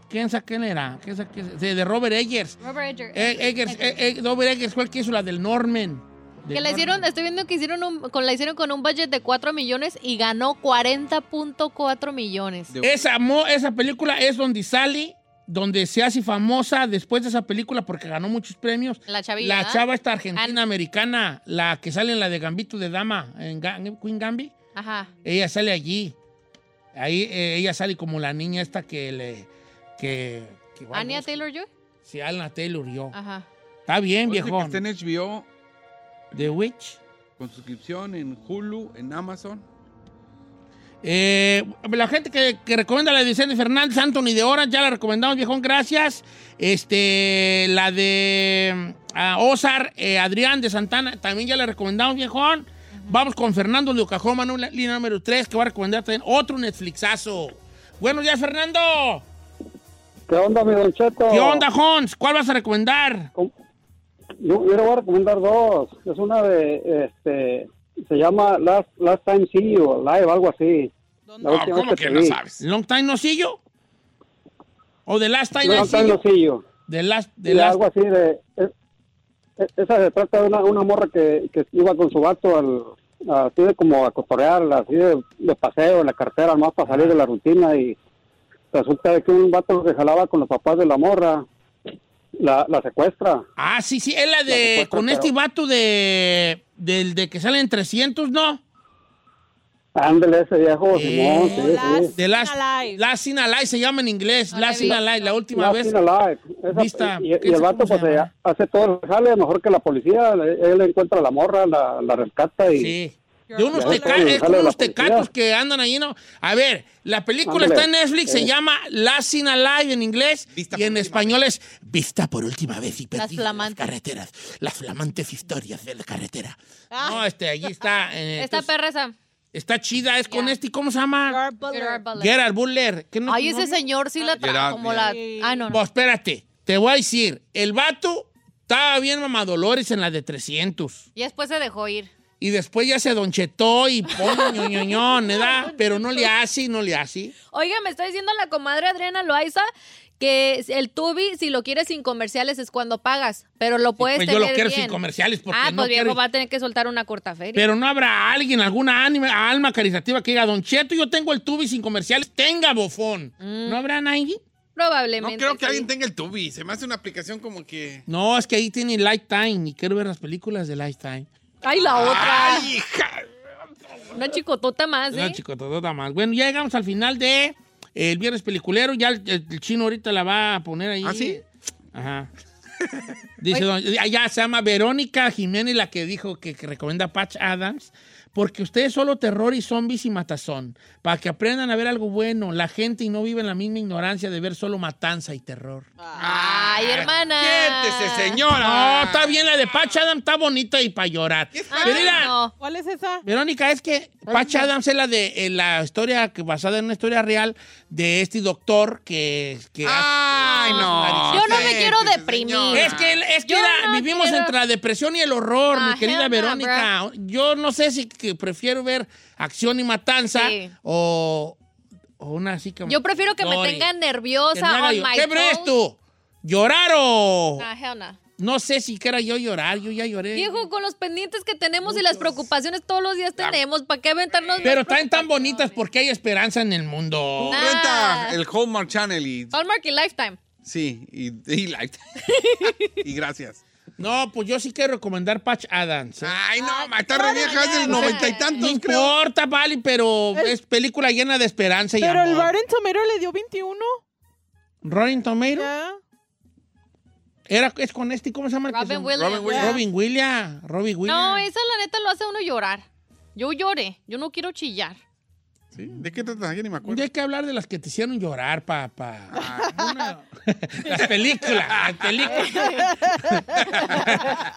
A: ¿Quién sa- quién era? ¿Quién sa- quién sa- de- de Robert Eggers.
B: Robert Edger.
A: Eh, Eggers, eh, eh, Robert Eggers fue el que hizo la del Norman.
B: Que la hicieron, estoy viendo que hicieron un, con, la hicieron con un budget de 4 millones y ganó 40.4 millones.
A: Esa, mo- esa película es donde sale, donde se hace famosa después de esa película porque ganó muchos premios.
B: La chavilla.
A: La
B: ¿verdad?
A: chava esta argentina americana, la que sale en la de Gambito de Dama, en Ga- en Queen Gambi,
B: Ajá.
A: ella sale allí. Ahí eh, ella sale como la niña esta que le. que. que va a
B: Anya Ah.
A: buscar.
B: Taylor Joy.
A: Sí, Alna Taylor yo.
B: Ajá.
A: Está bien,
C: Oye, que
A: viejo.
C: Está en HBO
A: The Witch.
C: con suscripción en Hulu, en Amazon.
A: Eh, la gente que, que recomienda la de Vicente Fernández, Anthony de Oran, ya la recomendamos, viejón, gracias. Este, la de ah, Ozar, eh, Adrián de Santana, también ya la recomendamos, viejón. Vamos con Fernando de Ocajoma, nu- línea número 3, que va a recomendar también otro Netflixazo. Buenos días, Fernando.
O: ¿Qué onda, mi Don Cheto?
A: ¿Qué onda, Jones? ¿Cuál vas a recomendar?
O: Yo, yo le voy a recomendar dos. Es una de, este, se llama Last, Last Time See You, Live, algo así. La última vez te vi.
A: ¿Long Time No See You? ¿O The Last Time I
O: Last
A: See
O: Time
A: You?
O: No See You.
A: The Last... The
O: Sí,
A: last
O: Algo así de... es- es- esa se trata de una, una morra que, que iba con su gato al, así de como a cotorrearla, así de, de paseo en la cartera, más para salir de la rutina y resulta de que un vato que jalaba con los papás de la morra la, la secuestra.
A: Ah, sí, sí, es la de con este vato de del de que salen 300, ¿no?
O: Ándale ese viejo, Simón, sí, sí.
A: De Last, Last in Alive se llama en inglés, Last in Alive, la última
O: Last
A: vez.
O: in Alive. Esa-
A: Vista,
O: y, y
A: ¿qué
O: el
A: se-
O: vato
A: cómo
O: pues
A: se llama?
O: eh, hace todo el jale, mejor que la policía, le- él encuentra a la morra, la, la rescata y...
A: De unos,
O: Ya
A: teca-
O: todo el
A: es
O: jale
A: como
O: de la
A: unos
O: policía.
A: tecatos que andan ahí, ¿no? A ver, la película
O: Ándale.
A: está en Netflix, se
O: Eh.
A: llama Last in Alive en inglés y en español es Vista por última vez y
B: Las
A: perdidas las
B: flamantes.
A: carreteras, las flamantes historias de la carretera. No, este, allí está. eh,
B: Ah. Esta
A: entonces,
B: perra esa.
A: está chida, es con este, ¿cómo se llama?
B: Gerard Butler.
A: Gerard Butler. ¿Qué no-
B: Ay,
A: no-
B: ese señor sí la
A: Gerard,
B: tra como la... Ah, no, no.
A: Pues espérate, te voy a decir, el vato estaba bien mamadolores en la de 300.
B: Y después se dejó ir.
A: Y después ya se donchetó y pone ñoñoñón, ¿verdad? Pero no le hace, no le hace.
B: Oiga, me está diciendo la comadre Adriana Loaiza que el tubi, si lo quieres sin comerciales, es cuando pagas. Pero lo puedes
A: Pues yo
B: tener
A: lo quiero
B: bien.
A: sin comerciales porque
B: ah,
A: no
B: pues viejo,
A: quiero-
B: va a tener que soltar una corta feria.
A: Pero no habrá alguien, alguna ánima- alma caritativa que diga, Don Cheto, yo tengo el tubi sin comerciales, tenga bofón. ¿No habrá nadie?
B: Probablemente.
C: No creo que
B: sí.
C: alguien tenga el Tubi. Se me hace una aplicación como que.
A: No, es que ahí tiene Lifetime y quiero ver las películas de Lifetime.
B: Ay, la otra.
C: ¡Ay, hija!
B: Una chicotota más,
A: No,
B: ¿eh?
A: chico, todo más. Bueno, ya llegamos al final de eh, el viernes peliculero. Ya el, el- el chino ahorita la va a poner ahí.
C: ¿Ah, sí? Pues-
A: Ajá. Dice, don- ya se llama Verónica Jiménez, la que dijo que, que recomienda Patch Adams. Porque ustedes solo terror y zombies y matazón. Para que aprendan a ver algo bueno, la gente y no viven la misma ignorancia de ver solo matanza y terror.
B: Ay, hermana. Ah.
C: Siéntese, señora.
A: No, está bien la de Patch Adams, está bonita y para llorar.
B: Ah,
A: Pero mira,
B: no.
G: ¿Cuál es esa?
A: Verónica, es que Patch Adams es la de eh, la historia que basada en una historia real de este doctor que. que
C: Ay, no.
B: Yo no me quiero
C: Siéntese,
B: deprimir.
C: señora.
A: es que, es que
B: Yo
A: la-
B: no
A: vivimos
B: quiero-
A: entre la depresión y el horror,
B: Ah,
A: mi querida
B: hell no,
A: Verónica. Yo no sé si que prefiero ver acción y matanza
B: Sí.
A: o, o una así como.
B: Yo prefiero que me
A: Glory.
B: tengan
A: Que me
B: nerviosa
A: haga
B: on
A: llorar.
B: my
A: ¿Qué
B: toes.
A: prefieres tú? ¿Llorar o.?
B: Nah, hell no.
A: No sé si quiera yo llorar, yo ya lloré.
B: Viejo, con los pendientes que tenemos y las preocupaciones todos los días tenemos, ¿para qué aventarnos? más
A: Pero están tan bonitas porque hay esperanza en el mundo.
B: Nah. Renta
C: el Hallmark Channel y.
B: Hallmark y Lifetime.
C: Sí, y, y like. y gracias.
A: No, pues yo sí quiero recomendar Patch Adams. ¿eh?
C: Ay, no, ma, está re vieja, es
B: ¿eh?
C: del noventa y tantos,
A: No
C: creo.
A: importa, vale, pero es película llena de esperanza y
G: Pero el
A: amor.
G: Rotten Tomato le dio 21.
A: Rotten Tomato. Era, es con este, ¿cómo se llama? el que
B: Robin
A: se-
B: Williams.
A: Robin Williams.
B: Yeah.
A: Robin Williams. Robin Williams.
B: No, esa la neta lo hace a uno llorar. Yo lloré, yo no quiero chillar.
C: Sí, ¿De qué trata? Yo ni me acuerdo. Ah.
A: Hay que hablar de las que te hicieron llorar, papá. las películas, las películas.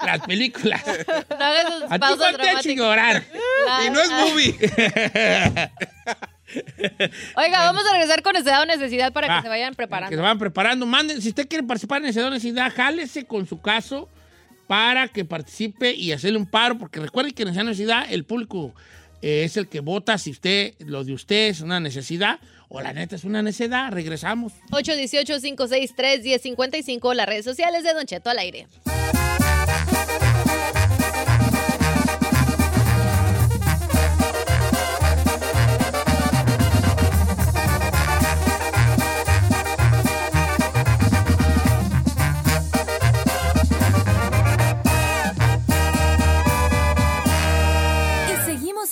A: las películas.
B: No hagas esas
A: A ti cuál
B: pausas
A: te ha hecho
B: dramáticas.
A: llorar.
B: La- la-
A: movie.
B: Oiga, vamos a regresar con necesidad o necesidad Ah, para
A: Va.
B: que se vayan
A: que
B: preparando.
A: se van preparando. Manden, si usted quiere participar en esa necesidad, jálese con su caso para que participe y hacerle un paro, porque recuerden que en esa necesidad el público eh, es el que vota si usted, lo de usted es una necesidad o la neta es una necesidad. Regresamos.
B: 818-563-1055, las redes sociales de Don Cheto al aire.
M: Y seguimos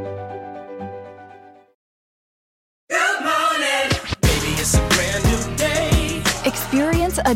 P: Experience a